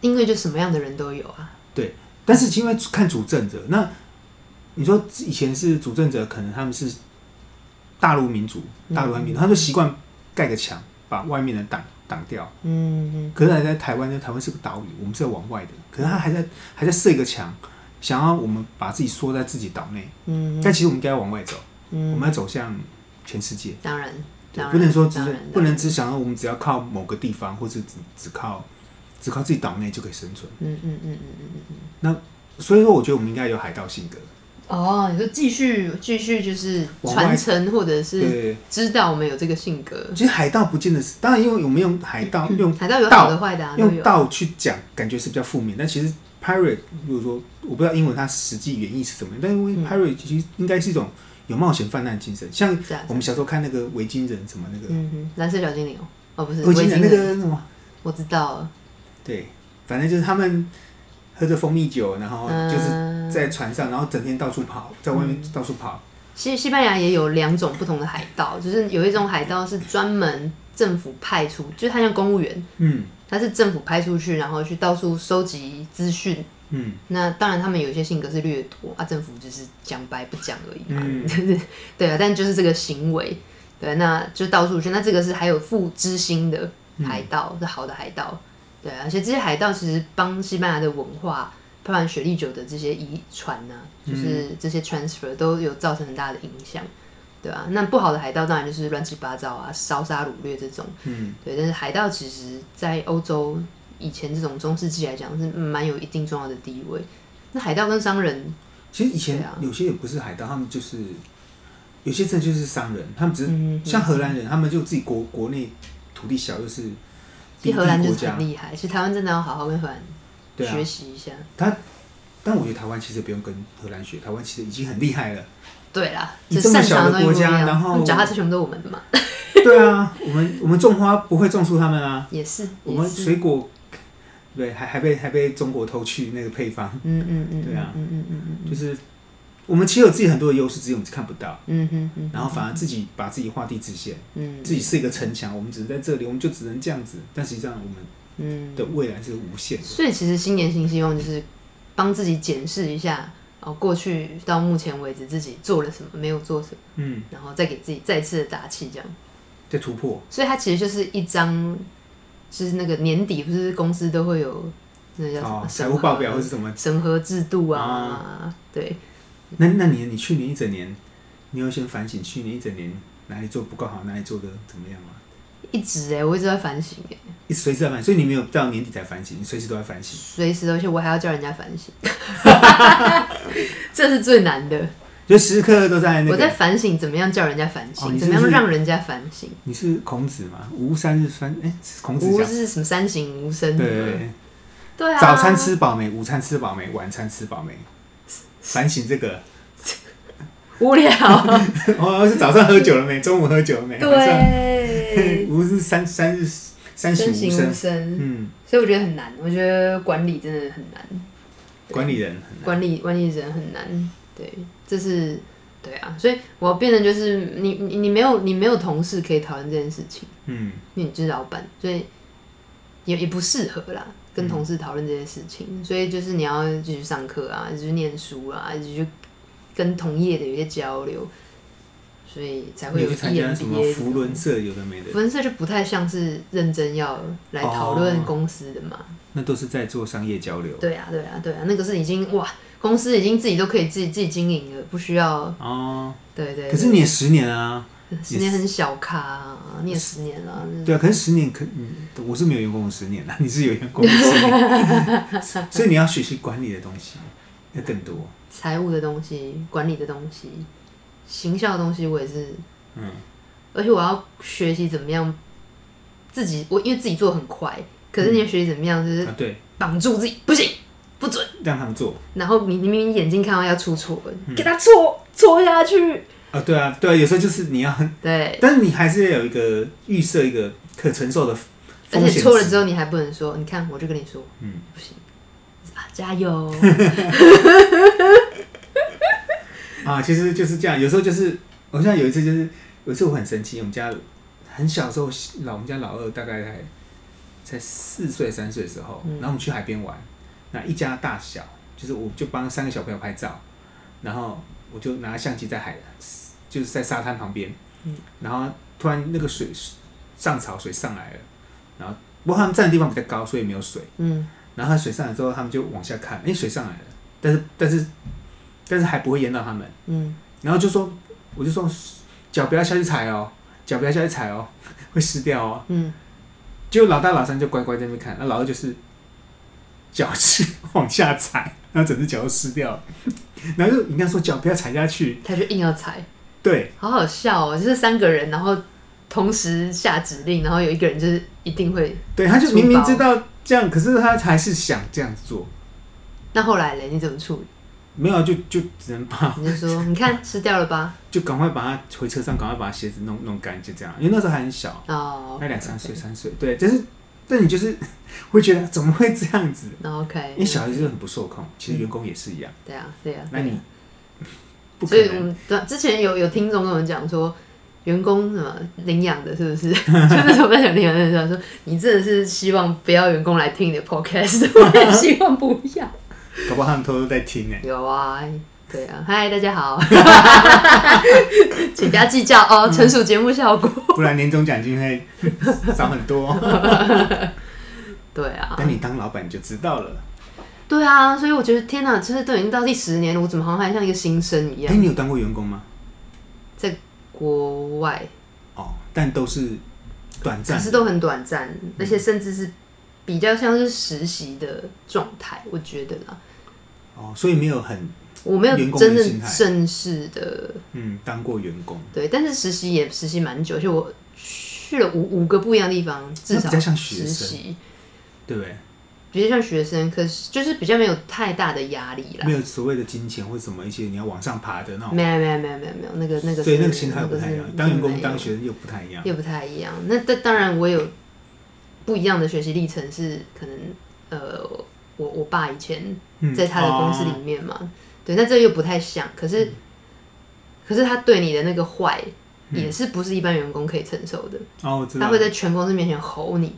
Speaker 1: 因为就什么样的人都有啊，
Speaker 2: 但是因为看主政者，那你说以前是主政者，可能他们是大陆民族，
Speaker 1: 嗯
Speaker 2: 大陆外民族，他就习惯盖个墙，把外面的挡挡掉。
Speaker 1: 嗯
Speaker 2: 可是还在台湾呢，台湾是个岛屿，我们是要往外的，可是他还在还在设一个墙，想要我们把自己缩在自己岛内，
Speaker 1: 嗯
Speaker 2: 但其实我们应该要往外走，我
Speaker 1: 嗯，
Speaker 2: 们要走向全世界。
Speaker 1: 当然，
Speaker 2: 对
Speaker 1: 当然
Speaker 2: 不能说只
Speaker 1: 当
Speaker 2: 是
Speaker 1: 然
Speaker 2: 不
Speaker 1: 当
Speaker 2: 能
Speaker 1: 然
Speaker 2: 只想到我们只要靠某个地方，或是只只靠只靠自己岛内就可以生存。
Speaker 1: 嗯嗯嗯嗯嗯嗯，
Speaker 2: 所以说，我觉得我们应该有海盗性格。
Speaker 1: 哦，你说继续继续就是
Speaker 2: 往
Speaker 1: 传
Speaker 2: 外
Speaker 1: 承，或者是
Speaker 2: 对，
Speaker 1: 知道我们有这个性格，
Speaker 2: 其实海盗不见得是，当然，因为我们用海
Speaker 1: <laughs>
Speaker 2: 盗用
Speaker 1: 海盗有好的坏的啊，都
Speaker 2: 用
Speaker 1: 有，
Speaker 2: 盗去讲，感觉是比较负面。但其实 pirate，如果说我不知道英文它实际原意是怎么样，但因为
Speaker 1: 嗯
Speaker 2: pirate 其实应该是一种有冒险犯难精神。像
Speaker 1: 对啊
Speaker 2: 我们小时候看那个维京人什么那个
Speaker 1: 嗯哼，蓝色小精灵哦，哦不是
Speaker 2: 维京人那
Speaker 1: 人，
Speaker 2: 个什么，
Speaker 1: 我知道了，
Speaker 2: 对，反正就是他们喝着蜂蜜酒，然后哦就是
Speaker 1: 嗯
Speaker 2: 在船上，然后整天到处跑，在外面到处跑。
Speaker 1: 西西班牙也有两种不同的海盗，就是有一种海盗是专门政府派出，就是他像公务员，
Speaker 2: 嗯
Speaker 1: 他是政府派出去，然后去到处收集资讯。
Speaker 2: 嗯
Speaker 1: 那当然，他们有一些性格是掠夺啊，政府就是讲白不讲而已嘛，
Speaker 2: 嗯
Speaker 1: 就是对啊，但就是这个行为，对，那就到处去。那这个是还有付之心的海盗，是好的海盗，对啊，而且这些海盗其实帮西班牙的文化，包含雪莉酒的这些遗传呐、就是这些 transfer 都有造成很大的影响，对啊，那不好的海盗当然就是乱七八糟啊，烧杀掳掠这种。
Speaker 2: 嗯，
Speaker 1: 对，但是海盗其实在欧洲以前这种中世纪来讲是蛮有一定重要的地位。那海盗跟商人，
Speaker 2: 其实以前
Speaker 1: 对啊
Speaker 2: 有些也不是海盗，他们就是有些真的就是商人，他们只是
Speaker 1: 嗯，
Speaker 2: 像荷兰人，他们就自己国国内土地小，又是
Speaker 1: 其
Speaker 2: 低
Speaker 1: 实荷兰
Speaker 2: 地
Speaker 1: 就
Speaker 2: 国
Speaker 1: 是
Speaker 2: 家
Speaker 1: 很，厉害，其实台湾真的要好好跟荷兰
Speaker 2: 对啊
Speaker 1: 学。习一下。
Speaker 2: 但我觉得台湾其实不用跟荷兰学，台湾其实已经很厉害了。
Speaker 1: 对啦，
Speaker 2: 你
Speaker 1: 就
Speaker 2: 这么
Speaker 1: 擅长
Speaker 2: 小的
Speaker 1: 东西不一
Speaker 2: 国家
Speaker 1: 样，
Speaker 2: 然后
Speaker 1: 他们脚踏车全部都是我们的嘛，
Speaker 2: 对啊，我们我们种花不会种出他们啊，
Speaker 1: 也是，
Speaker 2: 我
Speaker 1: 也
Speaker 2: 们
Speaker 1: 是，
Speaker 2: 水果对还还被还被中国偷去那个配方，
Speaker 1: 嗯嗯嗯，
Speaker 2: 对啊
Speaker 1: 嗯嗯嗯嗯
Speaker 2: 就是我们其实有自己很多的优势，只是我们看不到，
Speaker 1: 嗯嗯嗯，
Speaker 2: 然后反而自己把自己画地自限，
Speaker 1: 嗯
Speaker 2: 自己是一个城墙，我们只能在这里，我们就只能这样子，但实际上我们
Speaker 1: 嗯
Speaker 2: 的未来是无限的。
Speaker 1: 所以其实新年新希望就是帮自己检视一下，哦，过去到目前为止自己做了什么，没有做什么，
Speaker 2: 嗯，
Speaker 1: 然后再给自己再次的打气，这样。
Speaker 2: 在突破
Speaker 1: 所以它其实就是一张，就是那个年底不是公司都会有那叫什
Speaker 2: 哦
Speaker 1: 么，
Speaker 2: 财
Speaker 1: 审
Speaker 2: 务
Speaker 1: 核
Speaker 2: 报表或是什么？
Speaker 1: 审核制度啊
Speaker 2: 啊，
Speaker 1: 对，嗯
Speaker 2: 那那你你去年一整年，你有先反省去年一整年哪里做不够好，哪里做的怎么样吗？
Speaker 1: 一直哎、我一直在反省哎、
Speaker 2: 一直随时在反省，所以你没有到年底才反省，你随时都在反省。
Speaker 1: 随时都去，我还要叫人家反
Speaker 2: <laughs>
Speaker 1: 省，这是最难的。
Speaker 2: 就时时刻刻都在那
Speaker 1: 我在
Speaker 2: 个。
Speaker 1: 反省怎么样叫人家反省，
Speaker 2: 哦你是
Speaker 1: 怎
Speaker 2: 不
Speaker 1: 么
Speaker 2: 是
Speaker 1: 样让人家反省。
Speaker 2: 你是孔子吗？吾三日三，哎、是孔子
Speaker 1: 无
Speaker 2: 讲。
Speaker 1: 是什么三省吾身
Speaker 2: 对
Speaker 1: 嘛？
Speaker 2: 对对，
Speaker 1: 对啊，
Speaker 2: 早餐吃饱没？午餐吃饱没？晚餐吃饱没？反省这个， <laughs>
Speaker 1: 无聊，
Speaker 2: 哦，是早上喝酒了没？中午喝酒了没？晚上 <laughs>
Speaker 1: 对，
Speaker 2: 吾是三三日三省
Speaker 1: 三省吾
Speaker 2: 吾身。
Speaker 1: 身。
Speaker 2: 嗯，
Speaker 1: 所以我觉得很难，我觉得管理真的很难，
Speaker 2: 管理人很难。
Speaker 1: 管理管理人很难，对，这是对啊，所以我变成就是你你你没有你没有同事可以讨论这件事情，
Speaker 2: 嗯，
Speaker 1: 因为你就是老板，所以也也不适合啦，跟同事讨论这些事情，
Speaker 2: 嗯
Speaker 1: 所以就是你要继续上课啊，继续念书啊，继续跟同业的有一些交流，所以才
Speaker 2: 你
Speaker 1: 会
Speaker 2: 有
Speaker 1: 有
Speaker 2: 去参加什么
Speaker 1: EMBA
Speaker 2: 福伦社，有的没的，
Speaker 1: 文社就不太像是认真要来讨论公司的嘛。
Speaker 2: 那都是在做商业交流。
Speaker 1: 对啊，对啊，对啊，那个是已经哇，公司已经自己都可以自己自己经营了，不需要。
Speaker 2: 哦，
Speaker 1: 对对对
Speaker 2: 可是你也十年啊，
Speaker 1: 十年很小咖、啊，你也十年了、啊，
Speaker 2: 对啊，可是十年可，嗯我是没有员工的十年啊， <laughs> 你是有员工的十年，
Speaker 1: <laughs>
Speaker 2: 所以你要学习管理的东西要更多。
Speaker 1: 财务的东西、管理的东西、行销的东西，我也是，
Speaker 2: 嗯，
Speaker 1: 而且我要学习怎么样自己，我因为自己做得很快，可是你要学习怎么样，就是
Speaker 2: 啊对，
Speaker 1: 绑住自己，不行，不准。
Speaker 2: 让他们做
Speaker 1: 然后你你明明眼睛看到要出错了，
Speaker 2: 嗯
Speaker 1: 给他戳戳下去，
Speaker 2: 啊，对啊，对啊，有时候就是你要，
Speaker 1: 对，
Speaker 2: 但是你还是要有一个预设一个可承受的
Speaker 1: 而
Speaker 2: 风
Speaker 1: 且
Speaker 2: 险值。
Speaker 1: 错了之后你还不能说，你看我就跟你说，
Speaker 2: 嗯，
Speaker 1: 不行，啊，加油，
Speaker 2: 啊，其实就是这样。有时候就是，我像有一次就是，有一次我很生气，我们家很小的时候，老我们家老二大概才才四岁三岁的时候，
Speaker 1: 嗯
Speaker 2: 然后我们去海边玩，那一家大小就是我就帮三个小朋友拍照，然后我就拿相机在海，就是在沙滩旁边，
Speaker 1: 嗯
Speaker 2: 然后突然那个水上潮水上来了，然后不过他们站的地方比较高，所以没有水。
Speaker 1: 嗯
Speaker 2: 然后它水上来之后，他们就往下看，哎、水上来了，但是但是但是还不会淹到他们。
Speaker 1: 嗯，
Speaker 2: 然后就说，我就说脚不要下去踩哦，脚不要下去踩哦， <laughs> 会湿掉哦。
Speaker 1: 嗯，
Speaker 2: 结果老大老三就乖乖在那边看，那老二就是脚是往下踩， <laughs> 然后整只脚都湿掉了。然后就你跟他说脚不要踩下去，
Speaker 1: 他就硬要踩，
Speaker 2: 对，
Speaker 1: 好好笑哦，就是三个人，然后同时下指令，然后有一个人就是一定会。
Speaker 2: 对，他就
Speaker 1: 粗暴
Speaker 2: 明明知道这样，可是他还是想这样做，
Speaker 1: 那后来嘞，你怎么处理？
Speaker 2: 没有啊就就只能把
Speaker 1: 你就说，你看吃掉了吧？
Speaker 2: 就赶快把他回车上，赶快把他鞋子弄弄干，就这样，因为那时候还很小，
Speaker 1: 哦，
Speaker 2: 才两三岁三岁，对，但是 <laughs> 但你就是会觉得怎么会这样子？
Speaker 1: 那 OK，嗯
Speaker 2: 因为小孩子就很不受控，其实员工也是一样。
Speaker 1: 对啊，对啊，
Speaker 2: 那你不可
Speaker 1: 所以我
Speaker 2: 能，
Speaker 1: 们对啊之前有有听众跟我们讲说，员工什么领养的，是不是？ <laughs> 就那时候在讲领养的时候说，你真的是希望不要员工来听你的 podcast，我
Speaker 2: <laughs>
Speaker 1: 也希望不要。
Speaker 2: 搞不好他们偷偷在听欸
Speaker 1: <laughs>
Speaker 2: 呢。
Speaker 1: 有啊，对啊，嗨，大家
Speaker 2: <laughs>
Speaker 1: 好，请不要计较哦，纯属节目效果。
Speaker 2: 不然年终奖金会少很
Speaker 1: <laughs>
Speaker 2: 多。
Speaker 1: 对啊，
Speaker 2: 但你当老板你就知道了。
Speaker 1: 对啊，所以我觉得天哪，就是都已经到第十年了，我怎么好像还像一个新生一
Speaker 2: 哎，
Speaker 1: 样？
Speaker 2: 你有当过员工吗？
Speaker 1: 在国外，
Speaker 2: 哦，但都是短
Speaker 1: 可
Speaker 2: 暂
Speaker 1: 是
Speaker 2: 的，
Speaker 1: 都很短暂，而且甚至是比较像是实习的状态，我觉得啦。
Speaker 2: 哦，所以没有很
Speaker 1: 我没有
Speaker 2: 员工的
Speaker 1: 真
Speaker 2: 心
Speaker 1: 正
Speaker 2: 态
Speaker 1: 正式的
Speaker 2: 嗯当过员工，
Speaker 1: 对，但是实习也实习蛮久，而且我去了五五个不一样的地方，至
Speaker 2: 那
Speaker 1: 少
Speaker 2: 比较像学
Speaker 1: 实
Speaker 2: 生
Speaker 1: 习
Speaker 2: 对不对？
Speaker 1: 比较像学生，可是就是比较没有太大的压力啦
Speaker 2: 没。有所谓的金钱或什么一些你要往上爬的那种，
Speaker 1: 没有没有没有没有没有那个嗯那个是，
Speaker 2: 所以那个心态不
Speaker 1: 个
Speaker 2: 太一
Speaker 1: 是
Speaker 2: 样。当员
Speaker 1: 没
Speaker 2: 工
Speaker 1: 有
Speaker 2: 当学生又不太一样。
Speaker 1: 也不太一样。那但当然，我有不一样的学习历程，是可能呃，我我爸以前
Speaker 2: 嗯
Speaker 1: 在他的公司里
Speaker 2: 哦嗯
Speaker 1: 面嘛，对，那这又不太像。可是，可是他对你的那个坏，也是不是一般员工可以承受的。
Speaker 2: 哦，嗯我知道
Speaker 1: 他会在全公司面前吼你，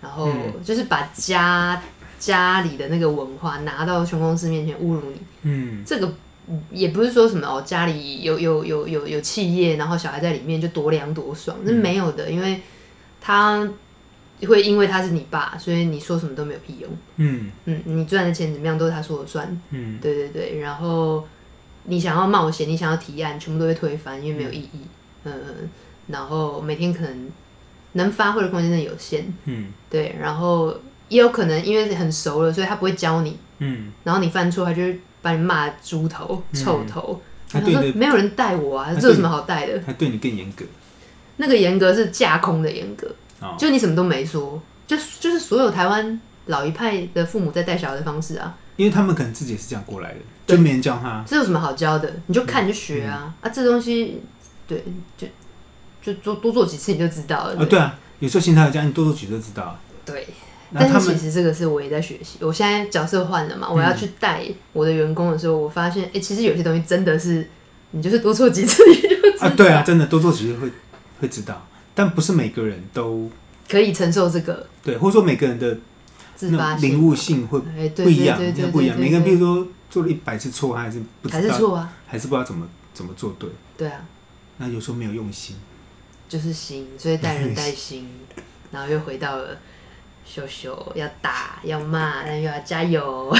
Speaker 1: 然后
Speaker 2: 嗯
Speaker 1: 就是把家家里的那个文化拿到全公司面前侮辱你。
Speaker 2: 嗯。
Speaker 1: 这个嗯也不是说什么哦，家里有有有有
Speaker 2: 嗯
Speaker 1: 有企业，然后小孩在里面就多凉多爽，那没有的，因为他会因为他是你爸，所以你说什么都没有屁用。
Speaker 2: 嗯
Speaker 1: 嗯，你赚的钱怎么样都是他说了算。
Speaker 2: 嗯
Speaker 1: 对对对，然后你想要冒险，你想要提案，全部都被推翻，因为没有意义。嗯嗯，然后每天可能能发挥的空间真的有限。
Speaker 2: 嗯
Speaker 1: 对，然后也有可能因为很熟了，所以他不会教你，
Speaker 2: 嗯，
Speaker 1: 然后你犯错，他就会把你骂猪头、臭头。
Speaker 2: 嗯他
Speaker 1: 然后
Speaker 2: 对
Speaker 1: 说
Speaker 2: 你的
Speaker 1: 没有人带我啊，
Speaker 2: 啊
Speaker 1: 这有什么好带的？
Speaker 2: 他对你更严格
Speaker 1: 那个严格是架空的严格，
Speaker 2: 哦，
Speaker 1: 就你什么都没说，就就是所有台湾老一派的父母在带小孩的方式啊，
Speaker 2: 因为他们可能自己也是这样过来的，
Speaker 1: 对
Speaker 2: 就没人教他。
Speaker 1: 这有什么好教的？你就看你就学啊，
Speaker 2: 嗯
Speaker 1: 啊，这东西对，就就多多做几次你就知道了。
Speaker 2: 啊，对啊，有时候心态这样，你多多举都知道啊。
Speaker 1: 对，但
Speaker 2: 然后他
Speaker 1: 是其
Speaker 2: 们嗯
Speaker 1: 实这个是我也在学习。我现在角色换了嘛，我要去带我的员工的时候，我发现，哎、其实有些东西真的是你就是多做几次 <laughs> 你就知道，
Speaker 2: 啊，对啊，真的多做几次会会知道，但不是每个人都
Speaker 1: 可以承受这个
Speaker 2: 对，或者说每个人的
Speaker 1: 自
Speaker 2: 那
Speaker 1: 发
Speaker 2: 种
Speaker 1: 性
Speaker 2: 领悟性会
Speaker 1: 哎，对
Speaker 2: 不一样
Speaker 1: 对，对
Speaker 2: 真
Speaker 1: 对
Speaker 2: 的不一样。
Speaker 1: 对
Speaker 2: 每个人，比
Speaker 1: 对
Speaker 2: 如说做了一百次错，他还是不
Speaker 1: 还
Speaker 2: 知
Speaker 1: 是
Speaker 2: 道，
Speaker 1: 错啊，
Speaker 2: 还是不知道怎么怎么做对。
Speaker 1: 对啊，
Speaker 2: 那有时候没有用心，
Speaker 1: 就是心，所以带
Speaker 2: <laughs>
Speaker 1: 人带心，然后又回到了羞羞，要打要骂，但又要加油。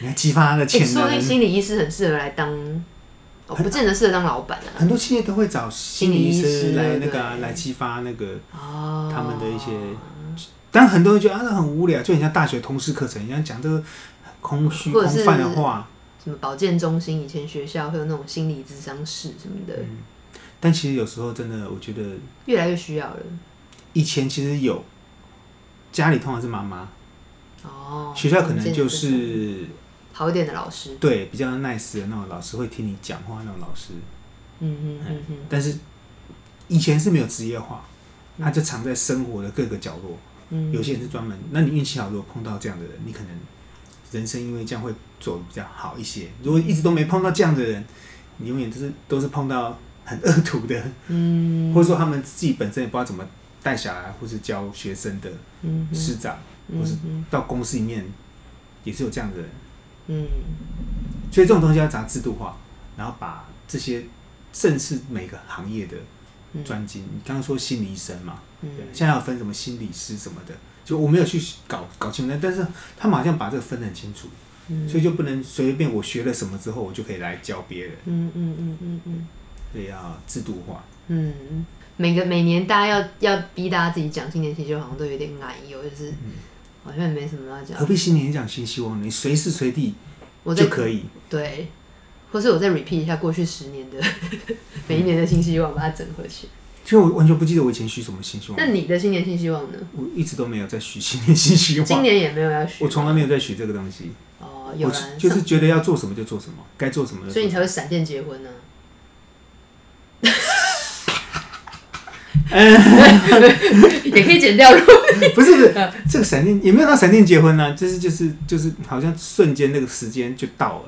Speaker 2: 你要激发他的
Speaker 1: 哎
Speaker 2: 潜
Speaker 1: 说不定
Speaker 2: 能。
Speaker 1: 心理医师很适合来当，哦，不见得适合当老板啊，
Speaker 2: 很多企业都会找心理医
Speaker 1: 心理医
Speaker 2: 师
Speaker 1: 师
Speaker 2: 来那个啊
Speaker 1: 对
Speaker 2: 来激发那个，
Speaker 1: 哦，
Speaker 2: 他们的一些但很多人觉得啊，那很无聊，就很像大学通识课程一样讲这个空虚
Speaker 1: 或
Speaker 2: 空
Speaker 1: 者是
Speaker 2: 泛的话。
Speaker 1: 什么保健中心，以前学校会有那种心理咨商室什么的，
Speaker 2: 但其实有时候真的，我觉得
Speaker 1: 越来越需要了。
Speaker 2: 以前其实有，家里通常是妈妈，
Speaker 1: 哦，
Speaker 2: 学校可能就
Speaker 1: 渐渐渐
Speaker 2: 是
Speaker 1: 好一点的老师，
Speaker 2: 对比较 nice 的那种老师，会听你讲话那种老师。
Speaker 1: 嗯嗯嗯嗯，
Speaker 2: 但是以前是没有职业化，它就藏在生活的各个角落。
Speaker 1: 嗯
Speaker 2: 有些人是专门，那你运气好，如果碰到这样的人，你可能人生因为这样会走得比较好一些。如果一直都没碰到这样的人，你永远都是都是碰到很恶毒的，
Speaker 1: 嗯，
Speaker 2: 或者说他们自己本身也不知道怎么带小孩或是教学生的
Speaker 1: 嗯嗯
Speaker 2: 师长，
Speaker 1: 嗯
Speaker 2: 或是
Speaker 1: 嗯
Speaker 2: 到公司里面也是有这样的人。
Speaker 1: 嗯
Speaker 2: 所以这种东西要砸制度化，然后把这些正是每个行业的
Speaker 1: 嗯
Speaker 2: 专精。你刚刚说心理医生嘛，
Speaker 1: 嗯
Speaker 2: 对，现在有分什么心理师什么的，就我没有去搞搞清楚，但是他们好像把这个分得很清楚，
Speaker 1: 嗯
Speaker 2: 所以就不能随便我学了什么之后，我就可以来教别人，
Speaker 1: 嗯嗯嗯嗯嗯
Speaker 2: 所以要制度化。
Speaker 1: 嗯，每个每年大家要要逼大家自己讲新年新希望，好像都有点奶油，就是好像也没什么要讲
Speaker 2: 何。必新年讲新希望呢？你随时随地
Speaker 1: 我在
Speaker 2: 就可以。
Speaker 1: 对，或是我再 repeat 一下过去十年的 <laughs> 每一年的新希望，把它整合起来。
Speaker 2: 其实我完全不记得我以前许什么新希望
Speaker 1: 那，你的新年新希望呢？
Speaker 2: 我一直都没有在许新年新希
Speaker 1: 今
Speaker 2: 望，
Speaker 1: 年也没有要许
Speaker 2: 我从来没有在许这个东西。
Speaker 1: 哦，有
Speaker 2: 我
Speaker 1: 啦，
Speaker 2: 就是觉得要做什么就做什么，该做什么
Speaker 1: 上
Speaker 2: 就做什么
Speaker 1: 所以你才会闪电结婚呢、啊 <laughs> 也可以剪掉。如果
Speaker 2: <laughs> 不是不是，这个闪电也没有到闪电结婚呢、就是就是就是，好像瞬间那个时间就到了，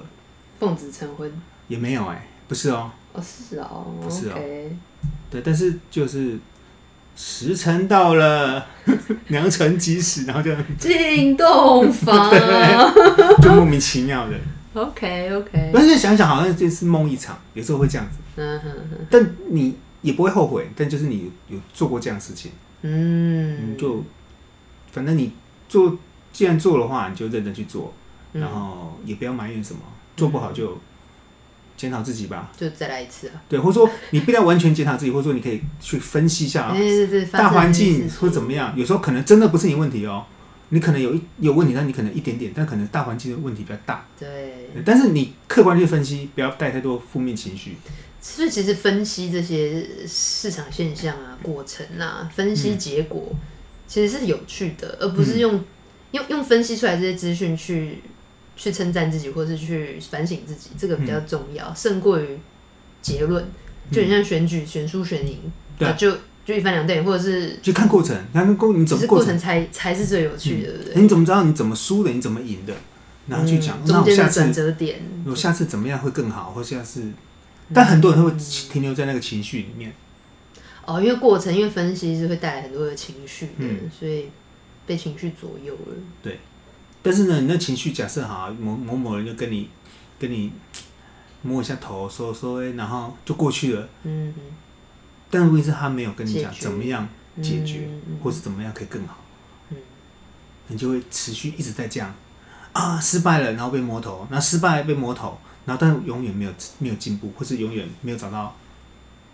Speaker 1: 奉子成婚
Speaker 2: 也没有哎、不是哦，
Speaker 1: 哦，是哦
Speaker 2: 不是哦
Speaker 1: o k
Speaker 2: 对，但是就是时辰到了， <laughs> 良辰吉时，然后就
Speaker 1: 进洞
Speaker 2: <laughs>
Speaker 1: 房
Speaker 2: 就莫名其
Speaker 1: <laughs>
Speaker 2: 妙的，
Speaker 1: ，OK OK，
Speaker 2: 但是想想好像就是梦一场，有时候会这样子，
Speaker 1: 嗯哼哼，
Speaker 2: 但你也不会后悔，但就是你有做过这样的事情，
Speaker 1: 嗯，
Speaker 2: 你就反正你做既然做的话，你就认真去做，
Speaker 1: 嗯
Speaker 2: 然后也不要埋怨什么，做不好就检讨自己吧。
Speaker 1: 就再来一次啊，
Speaker 2: 对，或者说你不要完全检讨自己，或者说你可以去分析一下啊、
Speaker 1: 哎对对，发生
Speaker 2: 大环
Speaker 1: 这件
Speaker 2: 境
Speaker 1: 事情
Speaker 2: 或怎么样，有时候可能真的不是你问题哦，你可能有一有问题，但你可能一点点，但可能大环境的问题比较大。
Speaker 1: 对，
Speaker 2: 对但是你客观去分析，不要带太多负面情绪。
Speaker 1: 所以其实分析这些市场现象啊、过程啊，分析结果，其实是有趣的，而不是用、
Speaker 2: 嗯
Speaker 1: 用用分析出来这些资讯去去称赞自己，或是去反省自己，这个比较重
Speaker 2: 嗯
Speaker 1: 要，胜过于结论。就很像选举、选输、选赢，
Speaker 2: 对啊
Speaker 1: 啊就就一翻两瞪眼，或者是
Speaker 2: 就看过程，看过你
Speaker 1: 其
Speaker 2: 怎么
Speaker 1: 实过
Speaker 2: 程，
Speaker 1: 程才才是最有趣的，对不对？
Speaker 2: 你怎么知道你怎么输的，你怎么赢的，然后去讲。
Speaker 1: 嗯
Speaker 2: 那
Speaker 1: 中
Speaker 2: 我
Speaker 1: 间
Speaker 2: 下
Speaker 1: 的
Speaker 2: 次
Speaker 1: 转折点，
Speaker 2: 我下次怎么样会更好，或下次，但很多人会停留在那个情绪里面。
Speaker 1: 哦，因为过程，因为分析是会带来很多的情绪的，
Speaker 2: 嗯
Speaker 1: 所以被情绪左右了。
Speaker 2: 但是呢，你那情绪假设哈，某某某人就跟你跟你摸一下头，说说哎、然后就过去了。
Speaker 1: 嗯，
Speaker 2: 但问题是，他没有跟你
Speaker 1: 解
Speaker 2: 讲
Speaker 1: 决
Speaker 2: 怎么样解决，
Speaker 1: 嗯嗯嗯
Speaker 2: 或是怎么样可以更好。
Speaker 1: 嗯
Speaker 2: 你就会持续一直在这样啊，失败了，然后被摸头，然后失败被摸头，然后但永远没有没有进步，或是永远没有找到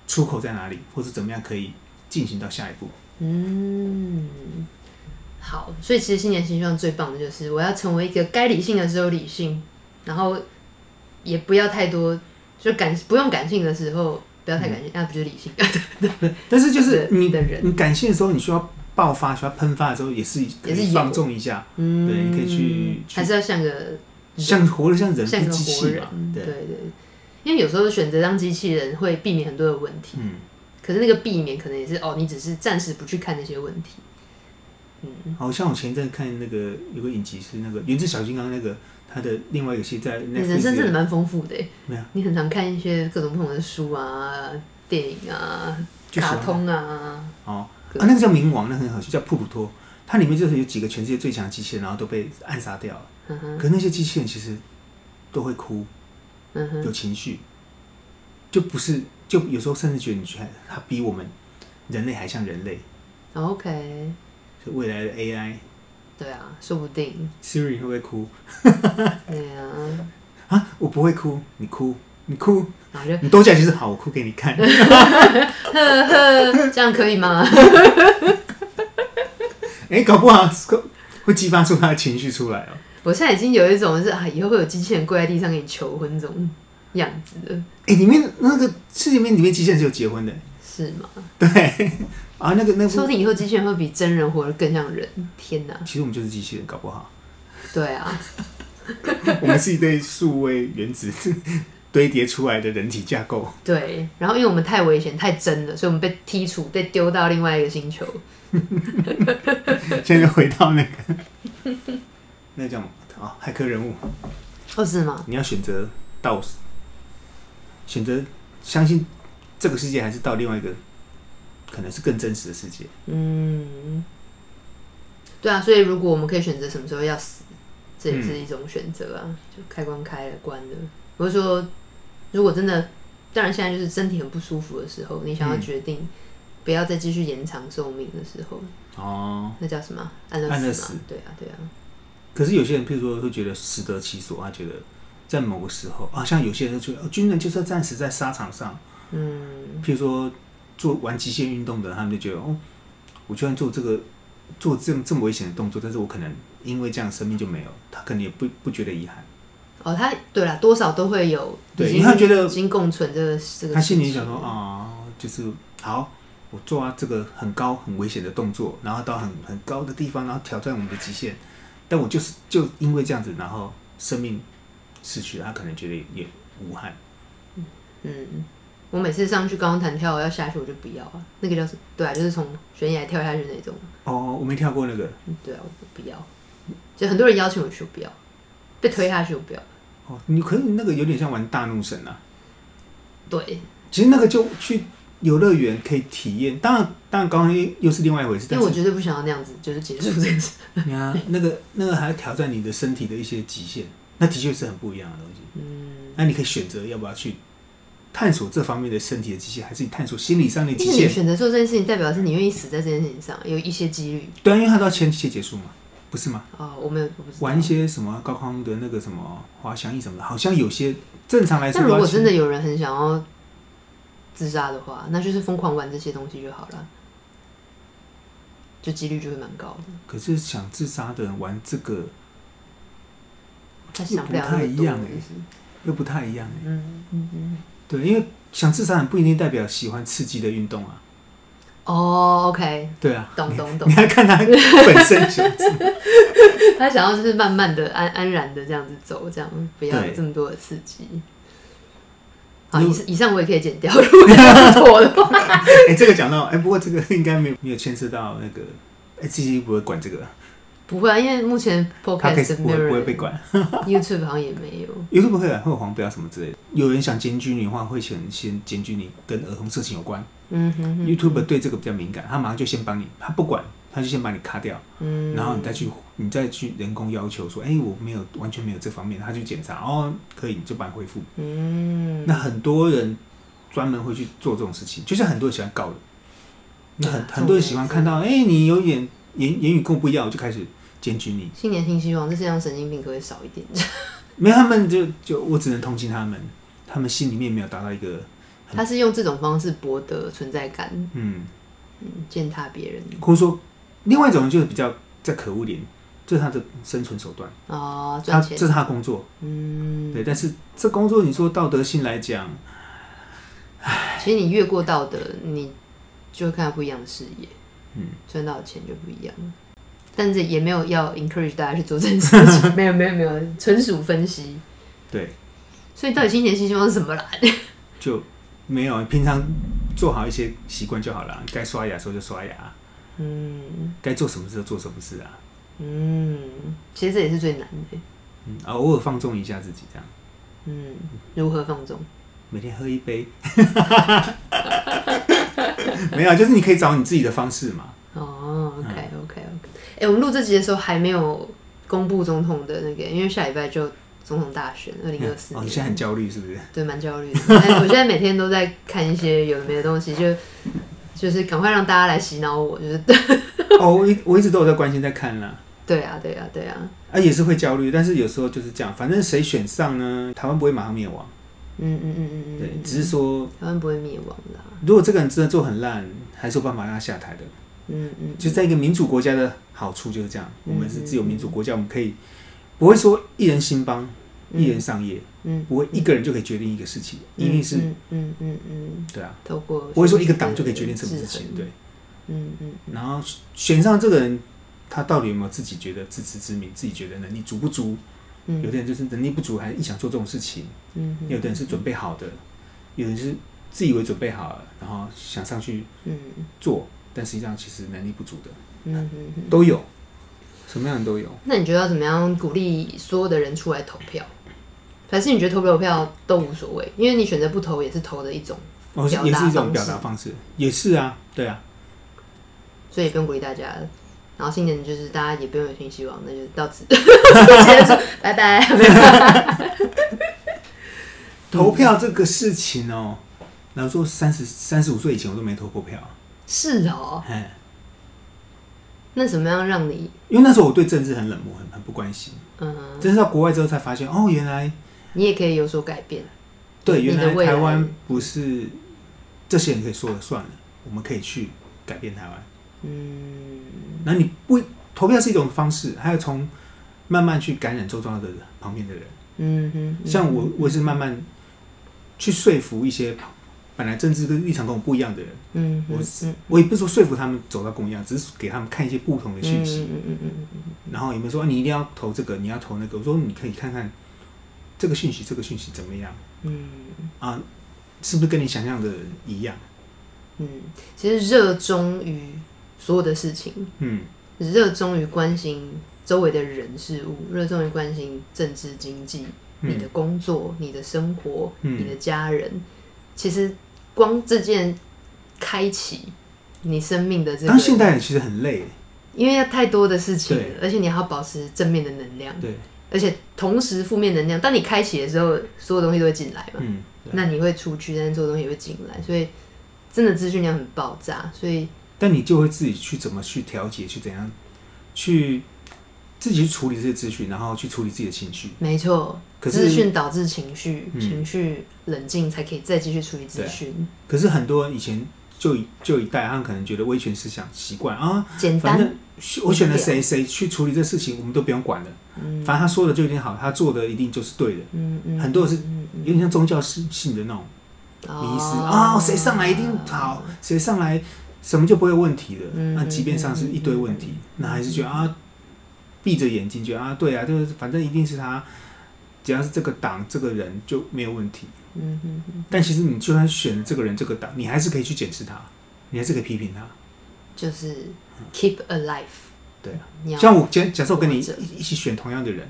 Speaker 2: 出口在哪里，或是怎么样可以进行到下一步。
Speaker 1: 嗯，好，所以其实新年新希望最棒的就是我要成为一个该理性的时候理性，然后也不要太多，就感不用感性的时候不要太感性，啊那、不就是理性？
Speaker 2: 但是嗯就是
Speaker 1: 对 <laughs>
Speaker 2: 你
Speaker 1: 的人
Speaker 2: 你感性的时候，你需要爆发，需要喷发的时候，也是可
Speaker 1: 也是
Speaker 2: 以
Speaker 1: 有
Speaker 2: 放纵一下，
Speaker 1: 嗯，
Speaker 2: 对，你可以去
Speaker 1: 还
Speaker 2: 去
Speaker 1: 是要像个
Speaker 2: 像活得像人，
Speaker 1: 像
Speaker 2: 不
Speaker 1: 个
Speaker 2: 机
Speaker 1: 活
Speaker 2: 器
Speaker 1: 人
Speaker 2: 嘛，，
Speaker 1: 对
Speaker 2: 对，
Speaker 1: 对，因为有时候选择当机器人会避免很多的问题，
Speaker 2: 嗯。
Speaker 1: 可是那个避免可能也是哦，你只是暂时不去看那些问题，嗯，
Speaker 2: 好像我前一阵看那个有个影集是那个《原子小金刚》那个，它的另外一个戏在
Speaker 1: 你人生
Speaker 2: Netflix
Speaker 1: 真的
Speaker 2: 有
Speaker 1: 蛮丰富的耶，
Speaker 2: 没有
Speaker 1: 你很常看一些各种不同的书啊、电影啊、
Speaker 2: 就喜
Speaker 1: 卡
Speaker 2: 欢
Speaker 1: 通啊，
Speaker 2: 哦啊，那个叫冥王，那很好笑，叫普鲁托。它里面就是有几个全世界最强的机器人，然后都被暗杀掉了。
Speaker 1: 嗯哼，
Speaker 2: 可那些机器人其实都会哭，
Speaker 1: 嗯哼，
Speaker 2: 有情绪，就不是就有时候甚至觉得你觉得它比我们人类还像人类。
Speaker 1: 然后 OK，
Speaker 2: 所以未来的 AI
Speaker 1: 对啊，说不定，
Speaker 2: Siri 会不会哭
Speaker 1: 对啊，
Speaker 2: 啊？我不会哭，你哭，你哭，
Speaker 1: 然后就
Speaker 2: 你抖起来就是好，我哭给你看。 <laughs>
Speaker 1: 呵呵，这样可以吗？ <laughs>
Speaker 2: 哎、搞不好会激发出他的情绪出来哦。
Speaker 1: 我现在已经有一种是啊，以后会有机器人跪在地上给你求婚这种样子了，
Speaker 2: 哎、里面那个是里面里面机器人是有结婚的，
Speaker 1: 是吗？
Speaker 2: 对啊，那个那
Speaker 1: 说
Speaker 2: 部
Speaker 1: 不定以后机器人会比真人活得更像人。天哪，
Speaker 2: 其实我们就是机器人，搞不好
Speaker 1: 对啊，
Speaker 2: 我们是一堆数位原子 <laughs> 堆叠出来的人体架 <laughs> 构。
Speaker 1: 对。然后因为我们太危险、太真了，所以我们被剔除、被丢到另外一个星球。
Speaker 2: 现在就回到那个 <laughs> 那个叫什么啊？骇客人物，
Speaker 1: 哦，是吗？
Speaker 2: 你要选择到选择相信这个世界，还是到另外一个可能是更真实的世界？
Speaker 1: 嗯，对啊。所以如果我们可以选择什么时候要死，这
Speaker 2: 嗯
Speaker 1: 也是一种选择啊。就开关开了，关了。我是说，如果真的，当然现在就是身体很不舒服的时候，你想要
Speaker 2: 嗯
Speaker 1: 决定不要再继续延长寿命的时候，
Speaker 2: 哦，
Speaker 1: 那叫什么？啊安乐
Speaker 2: 安乐
Speaker 1: 死
Speaker 2: 死
Speaker 1: 嘛。对啊，对啊。
Speaker 2: 可是有些人，譬如说，会觉得适得其所，他觉得在某个时候，啊，像有些人就觉得、哦、军人就是要战死在沙场上，
Speaker 1: 嗯。
Speaker 2: 譬如说做玩极限运动的，他们就觉得哦，我居然做这个做这么这么危险的动作，但是我可能因为这样生命就没有，他可能也不不觉得遗憾，
Speaker 1: 哦，他对啦，多少都会有，
Speaker 2: 对
Speaker 1: 已经
Speaker 2: 因为他觉得
Speaker 1: 已经共存这个这个，
Speaker 2: 他心里想说，啊、就是好。我做啊这个很高很危险的动作，然后到很很高的地方，然后挑战我们的极限，但我就是就因为这样子，然后生命逝去了，他可能觉得也也无憾。
Speaker 1: 嗯，我每次上去高空弹跳要下去，我就不要啊，那个叫什么？对啊，就是从悬崖跳下去那种，
Speaker 2: 哦，我没跳过那个。
Speaker 1: 嗯对啊，我不要，就很多人邀请我去，我不要，被推下去我不要，
Speaker 2: 哦，你可是那个有点像玩大怒神啊。
Speaker 1: 对，
Speaker 2: 其实那个就去游乐园可以体验，当然，当然高空又又是另外一回事。
Speaker 1: 因
Speaker 2: 但
Speaker 1: 为我
Speaker 2: 是
Speaker 1: 绝对不想要那样子，就是结束这件
Speaker 2: <laughs>
Speaker 1: 事，
Speaker 2: 你看、那个那个还要挑战你的身体的一些极限，那的确是很不一样的东西。
Speaker 1: 嗯，
Speaker 2: 那你可以选择要不要去探索这方面的身体的极限，还是你探索心理上的
Speaker 1: 因
Speaker 2: 极
Speaker 1: 为你
Speaker 2: 限？
Speaker 1: 选择做这件事情，代表是你愿意死在这件事情上，有一些几率
Speaker 2: 对啊，因为它都要前期结束嘛，不是吗？
Speaker 1: 哦，我没有，我不知道
Speaker 2: 玩一。些什么高空的那个什么滑翔翼什么的，好像有些正常来说
Speaker 1: 但如
Speaker 2: 都
Speaker 1: 果
Speaker 2: 要前，
Speaker 1: 真的有人很想要自杀的话，那就是疯狂玩这些东西就好了，就几率就会蛮高的。
Speaker 2: 可是想自杀的人玩这个
Speaker 1: 他想了那
Speaker 2: 不太
Speaker 1: 么
Speaker 2: 一
Speaker 1: 多，
Speaker 2: 样欸
Speaker 1: 就是
Speaker 2: 又不太一样欸
Speaker 1: 嗯嗯嗯。
Speaker 2: 对，因为想自杀很不一定代表喜欢刺激的运动啊。
Speaker 1: 哦、o k
Speaker 2: 对啊，
Speaker 1: 懂懂懂
Speaker 2: 你。要看他本身喜欢刺激。
Speaker 1: 他想要就是慢慢的、安安然的这样子走，这样不要
Speaker 2: 对
Speaker 1: 这么多的刺激。好，
Speaker 2: 如
Speaker 1: 以以上我也可以剪掉，如果要妥的话。
Speaker 2: <laughs> 哎、这个讲到，哎、不过这个应该没有没有牵涉到那个，哎、自己不会管这个
Speaker 1: 不会啊，因为目前
Speaker 2: ，podcast
Speaker 1: podcast
Speaker 2: 不
Speaker 1: 没有
Speaker 2: 会
Speaker 1: 人
Speaker 2: 不会被管
Speaker 1: YouTube 好像也没有。
Speaker 2: ，YouTube 会啊会有黄标什么之类的。有人想检举你的话，会先先检举你跟儿童色情有关。
Speaker 1: 嗯哼哼
Speaker 2: YouTube 对这个比较敏感，他马上就先帮你，他不管，他就先把你卡掉，
Speaker 1: 嗯，
Speaker 2: 然后你再去你再去人工要求说，哎、我没有完全没有这方面，他去检查，哦，可以，你就把你恢复。
Speaker 1: 嗯，
Speaker 2: 那很多人专门会去做这种事情，就像很多人喜欢告人，那很
Speaker 1: 对啊
Speaker 2: 很多人喜欢看到，哎、你有眼言言语跟我不一样，我就开始检举你。
Speaker 1: 新年新希望，这世界上神经病可不可以少一
Speaker 2: <laughs>
Speaker 1: 点？
Speaker 2: 没有，他们就就我只能同情他们，他们心里面没有达到一个
Speaker 1: 他是用这种方式博得存在感，
Speaker 2: 嗯，
Speaker 1: 嗯践踏别人
Speaker 2: 或者说另外一种人就是比较再可恶一点，这是他的生存手段，
Speaker 1: 啊，
Speaker 2: 他
Speaker 1: 赚
Speaker 2: 这
Speaker 1: 钱，
Speaker 2: 是他的工作，
Speaker 1: 嗯，
Speaker 2: 对。但是这工作你说道德性来讲，
Speaker 1: 其实你越过道德，你就会看到不一样的视野，嗯，赚到的钱就不一样了。但是也没有要 encourage 大家去做这件事
Speaker 2: <laughs>
Speaker 1: 情，没有没有没有，纯属分析。
Speaker 2: 对，
Speaker 1: 所以到底新年新希望是什么啦？
Speaker 2: 就没有平常做好一些习惯就好了，该刷牙的时候就刷牙，
Speaker 1: 嗯
Speaker 2: 该做什么事就做什么事啊，
Speaker 1: 嗯，其实这也是最难的。
Speaker 2: 嗯，啊偶尔放纵一下自己这样。
Speaker 1: 嗯，如何放纵？
Speaker 2: 每天喝一杯， <laughs> 没有，啊就是你可以找你自己的方式嘛。
Speaker 1: 哦，OK OK
Speaker 2: 嗯
Speaker 1: OK。哎、我们录这集的时候还没有公布总统的那个，因为下礼拜就总统大选，二零二四
Speaker 2: 哦，
Speaker 1: 年。
Speaker 2: 你现在很焦虑是不是？ <laughs>
Speaker 1: 对，蛮焦虑的。但我现在每天都在看一些有的没的东西，就就是赶快让大家来洗脑我，就是
Speaker 2: 哦，我一我一直都有在关心在看啦，
Speaker 1: 对啊，对啊，对啊，
Speaker 2: 啊也是会焦虑，但是有时候就是这样，反正谁选上呢，台湾不会马上灭亡，
Speaker 1: 嗯嗯嗯嗯
Speaker 2: 对，
Speaker 1: 嗯，
Speaker 2: 只是说
Speaker 1: 台湾不会灭亡啊啦，
Speaker 2: 如果这个人真的做很烂，还是有办法让他下台的。
Speaker 1: 嗯嗯，
Speaker 2: 就在一个民主国家的好处就是这样，我们是自由民主国家，我们可以不会说一人兴邦，一人上业，
Speaker 1: 嗯，
Speaker 2: 不会一个人就可以决定一个事情，一定是
Speaker 1: 嗯嗯嗯嗯，
Speaker 2: 对啊，
Speaker 1: 透过
Speaker 2: 不会说一个党就可以决定什么事情，对。，
Speaker 1: 嗯嗯
Speaker 2: 然后选上这个人，他到底有没有自己觉得自知之明，自己觉得能力足不足？
Speaker 1: 嗯，
Speaker 2: 有的人就是能力不足，还一想做这种事情；
Speaker 1: 嗯
Speaker 2: 有的人是准备好的，有人是自以为准备好了，然后想上去
Speaker 1: 嗯
Speaker 2: 做，但实际上其实能力不足的
Speaker 1: 嗯嗯，
Speaker 2: 都有，什么样的都有。
Speaker 1: 那你觉得要怎么样鼓励所有的人出来投票？还是你觉得投不投票都无所谓，因为你选择不投也是投的一种，
Speaker 2: 哦，是
Speaker 1: 表达
Speaker 2: 也是一种
Speaker 1: 方
Speaker 2: 表达方式，也是啊，对啊，
Speaker 1: 嗯所以也不用鼓励大家了。然后新年就是大家也不用有新希望，那就到此 <laughs> 结束，拜
Speaker 2: <laughs>
Speaker 1: 拜。 <laughs>
Speaker 2: 投票这个事情哦，然后说三十三十五岁以前我都没投过票，
Speaker 1: 是哦，
Speaker 2: 哎，
Speaker 1: 那怎么样让你
Speaker 2: 因为那时候我对政治很冷漠，很很不关心，
Speaker 1: 嗯，
Speaker 2: 真是到国外之后才发现，哦，原来。
Speaker 1: 你也可以有所改变？
Speaker 2: 对，
Speaker 1: 你
Speaker 2: 原
Speaker 1: 的
Speaker 2: 来
Speaker 1: 未来
Speaker 2: 台湾不是这些人可以说了算了，我们可以去改变台湾。
Speaker 1: 嗯
Speaker 2: 然后你不投票是一种方式，还有从慢慢去感染周遭的人旁边的人。
Speaker 1: 嗯哼，嗯
Speaker 2: 像我，我是慢慢去说服一些本来政治跟立场跟我不一样的人，
Speaker 1: 嗯哼，
Speaker 2: 我
Speaker 1: 嗯
Speaker 2: 我也不是说说服他们走到跟我一样，只是给他们看一些不同的讯息。
Speaker 1: 嗯嗯嗯嗯
Speaker 2: 然后有没有说啊你一定要投这个，你要投那个？我说你可以看看这个讯息，这个讯息怎么样
Speaker 1: 嗯
Speaker 2: 啊？是不是跟你想象的一样？
Speaker 1: 嗯，其实热衷于所有的事情，
Speaker 2: 嗯。
Speaker 1: 热衷于关心周围的人事物，热衷于关心政治经济，
Speaker 2: 嗯
Speaker 1: 你的工作、你的生活、
Speaker 2: 嗯
Speaker 1: 你的家人，其实光这件开启你生命的这个
Speaker 2: 当，现代人其实很累，
Speaker 1: 因为要太多的事情了
Speaker 2: 对，
Speaker 1: 而且你还要保持正面的能量，
Speaker 2: 对，
Speaker 1: 而且同时负面能量，当你开启的时候，所有东西都会进来嘛，
Speaker 2: 嗯，对
Speaker 1: 那你会出去，但是所有东西也会进来，所以真的资讯量很爆炸，所以
Speaker 2: 但你就会自己去怎么去调节，去怎样去自己去处理这些资讯，然后去处理自己的情绪。
Speaker 1: 没错，
Speaker 2: 可
Speaker 1: 资
Speaker 2: 是，
Speaker 1: 讯导致情绪，
Speaker 2: 嗯
Speaker 1: 情绪冷静才可以再继续处理资讯，
Speaker 2: 可是很多人以前就一就一代，他们可能觉得威权思想习惯啊，
Speaker 1: 简
Speaker 2: 反
Speaker 1: 单，
Speaker 2: 正我选了谁谁去处理这事情，我们都不用管了，
Speaker 1: 嗯
Speaker 2: 反正他说的就一定好，他做的一定就是对的。
Speaker 1: 嗯嗯，
Speaker 2: 很多人是
Speaker 1: 嗯嗯
Speaker 2: 有点像宗教信信的那种
Speaker 1: 嗯
Speaker 2: 迷失啊，谁上来一定好，谁上来什么就不会有问题了。
Speaker 1: 嗯
Speaker 2: 那即便上是一堆问题，那还是觉得啊，闭着眼睛觉得啊，对啊，就是反正一定是他，只要是这个党这个人就没有问题。
Speaker 1: 嗯嗯嗯，
Speaker 2: 但其实你就算选了这个人这个党，你还是可以去检视他，你还是可以批评他。
Speaker 1: 就是 keep alive，
Speaker 2: 对啊，
Speaker 1: 你要
Speaker 2: 像我假假设我跟你
Speaker 1: 活着
Speaker 2: 一一起选同样的人，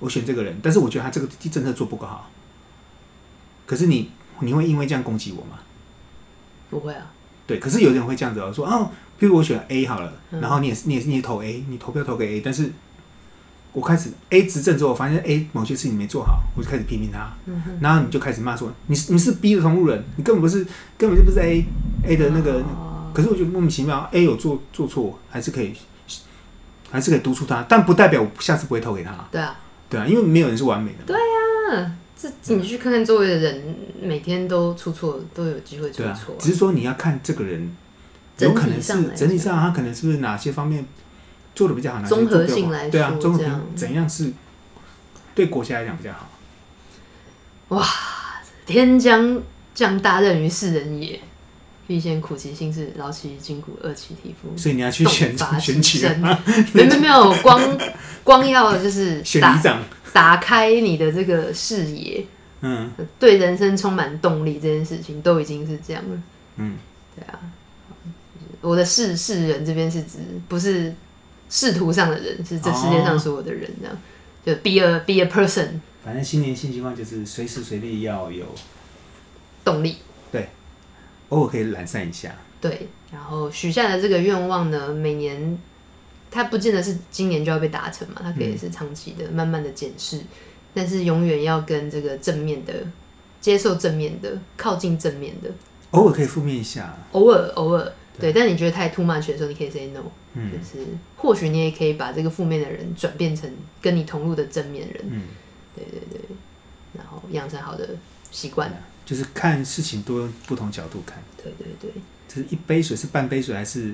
Speaker 2: 我选这个人，但是我觉得他这个政策做不够好，可是你你会因为这样攻击我吗？
Speaker 1: 不会啊，
Speaker 2: 对，可是有人会这样子哦，说哦，譬如我选 A 好了，
Speaker 1: 嗯
Speaker 2: 然后你也是你也是你也投 A，你投票投给 A，但是我开始 A 执政之后，我发现 A 某些事情没做好，我就开始批评他，
Speaker 1: 嗯哼，
Speaker 2: 然后你就开始骂说你是你是 B 的同路人，你根本不是根本就不是 A A 的那个，
Speaker 1: 哦
Speaker 2: 可是我觉得莫名其妙，A 有做做错还是可以还是可以督促他，但不代表我下次不会投给他，
Speaker 1: 对啊，
Speaker 2: 对啊，因为没有人是完美的嘛，
Speaker 1: 这你去看看周围的人，每天都出错，都有机会出
Speaker 2: 对啊
Speaker 1: 错，啊、
Speaker 2: 只是说你要看这个人，
Speaker 1: 整
Speaker 2: 有
Speaker 1: 体
Speaker 2: 可能
Speaker 1: 上
Speaker 2: 是
Speaker 1: 来说
Speaker 2: 整体上他可能是不是哪些方面做的比较好，哪些
Speaker 1: 综合
Speaker 2: 做得比较
Speaker 1: 性
Speaker 2: 不好
Speaker 1: 来
Speaker 2: 对啊
Speaker 1: 说，
Speaker 2: 综合
Speaker 1: 这样
Speaker 2: 评怎样是对国家来讲比较好？
Speaker 1: 天将降大任于斯人也，必先苦其心志，劳其筋骨，饿其体肤。
Speaker 2: 所以你要去选
Speaker 1: 动发
Speaker 2: 选
Speaker 1: 其
Speaker 2: 举啊，
Speaker 1: 身没没没有，光光要就是
Speaker 2: 选
Speaker 1: 打
Speaker 2: 里长，
Speaker 1: 打开你的这个视野，
Speaker 2: 嗯，
Speaker 1: 对人生充满动力这件事情，都已经是这样了。
Speaker 2: 嗯，
Speaker 1: 对啊，我的世世人这边是指不是仕途上的人，是这世界
Speaker 2: 哦
Speaker 1: 上所有的人这样。就 be a be a person
Speaker 2: 反正新年新希望就是随时随地要有，
Speaker 1: 动力。
Speaker 2: 偶尔可以懒散一下，
Speaker 1: 对，然后许下的这个愿望呢，每年它不见得是今年就要被达成嘛，它可
Speaker 2: 嗯
Speaker 1: 以是长期的、慢慢的检视，但是永远要跟这个正面的、接受正面的、靠近正面的，
Speaker 2: 偶尔可以负面一下，
Speaker 1: 偶尔偶尔对，但你觉得太 too much 的时候，你可以 say no，、
Speaker 2: 嗯
Speaker 1: 就是或许你也可以把这个负面的人转变成跟你同路的正面人，
Speaker 2: 嗯，
Speaker 1: 对对对，然后养成好的习惯，
Speaker 2: 啊就是看事情多用不同角度看，
Speaker 1: 对对对，
Speaker 2: 就是一杯水是半杯水，还是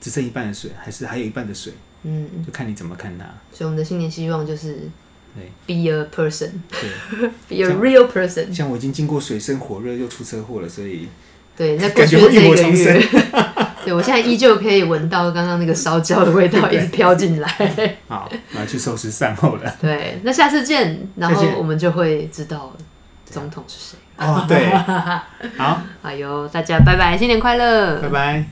Speaker 2: 只剩一半的水，还是还有一半的水，
Speaker 1: 嗯，
Speaker 2: 就看你怎么看它。
Speaker 1: 所以我们的新年希望就是
Speaker 2: 对
Speaker 1: be a person。
Speaker 2: 对，
Speaker 1: Be a real person。
Speaker 2: 像我已经经过水深火热又出车祸了，所以
Speaker 1: 对，那过
Speaker 2: 感
Speaker 1: 去
Speaker 2: 觉
Speaker 1: 的
Speaker 2: 会
Speaker 1: 这
Speaker 2: 浴火
Speaker 1: 个
Speaker 2: 重
Speaker 1: 月
Speaker 2: 生，。
Speaker 1: <laughs> 对我现在依旧可以闻到刚刚那个烧焦的味道一直飘进来。
Speaker 2: 好，我要去收拾善后
Speaker 1: <laughs>
Speaker 2: 了。
Speaker 1: 对，那下次见，然
Speaker 2: 再
Speaker 1: 后
Speaker 2: 见
Speaker 1: 我们就会知道总统是谁。
Speaker 2: 哦，对，好，
Speaker 1: 哎呦，大家拜拜，新年快乐！
Speaker 2: 拜拜。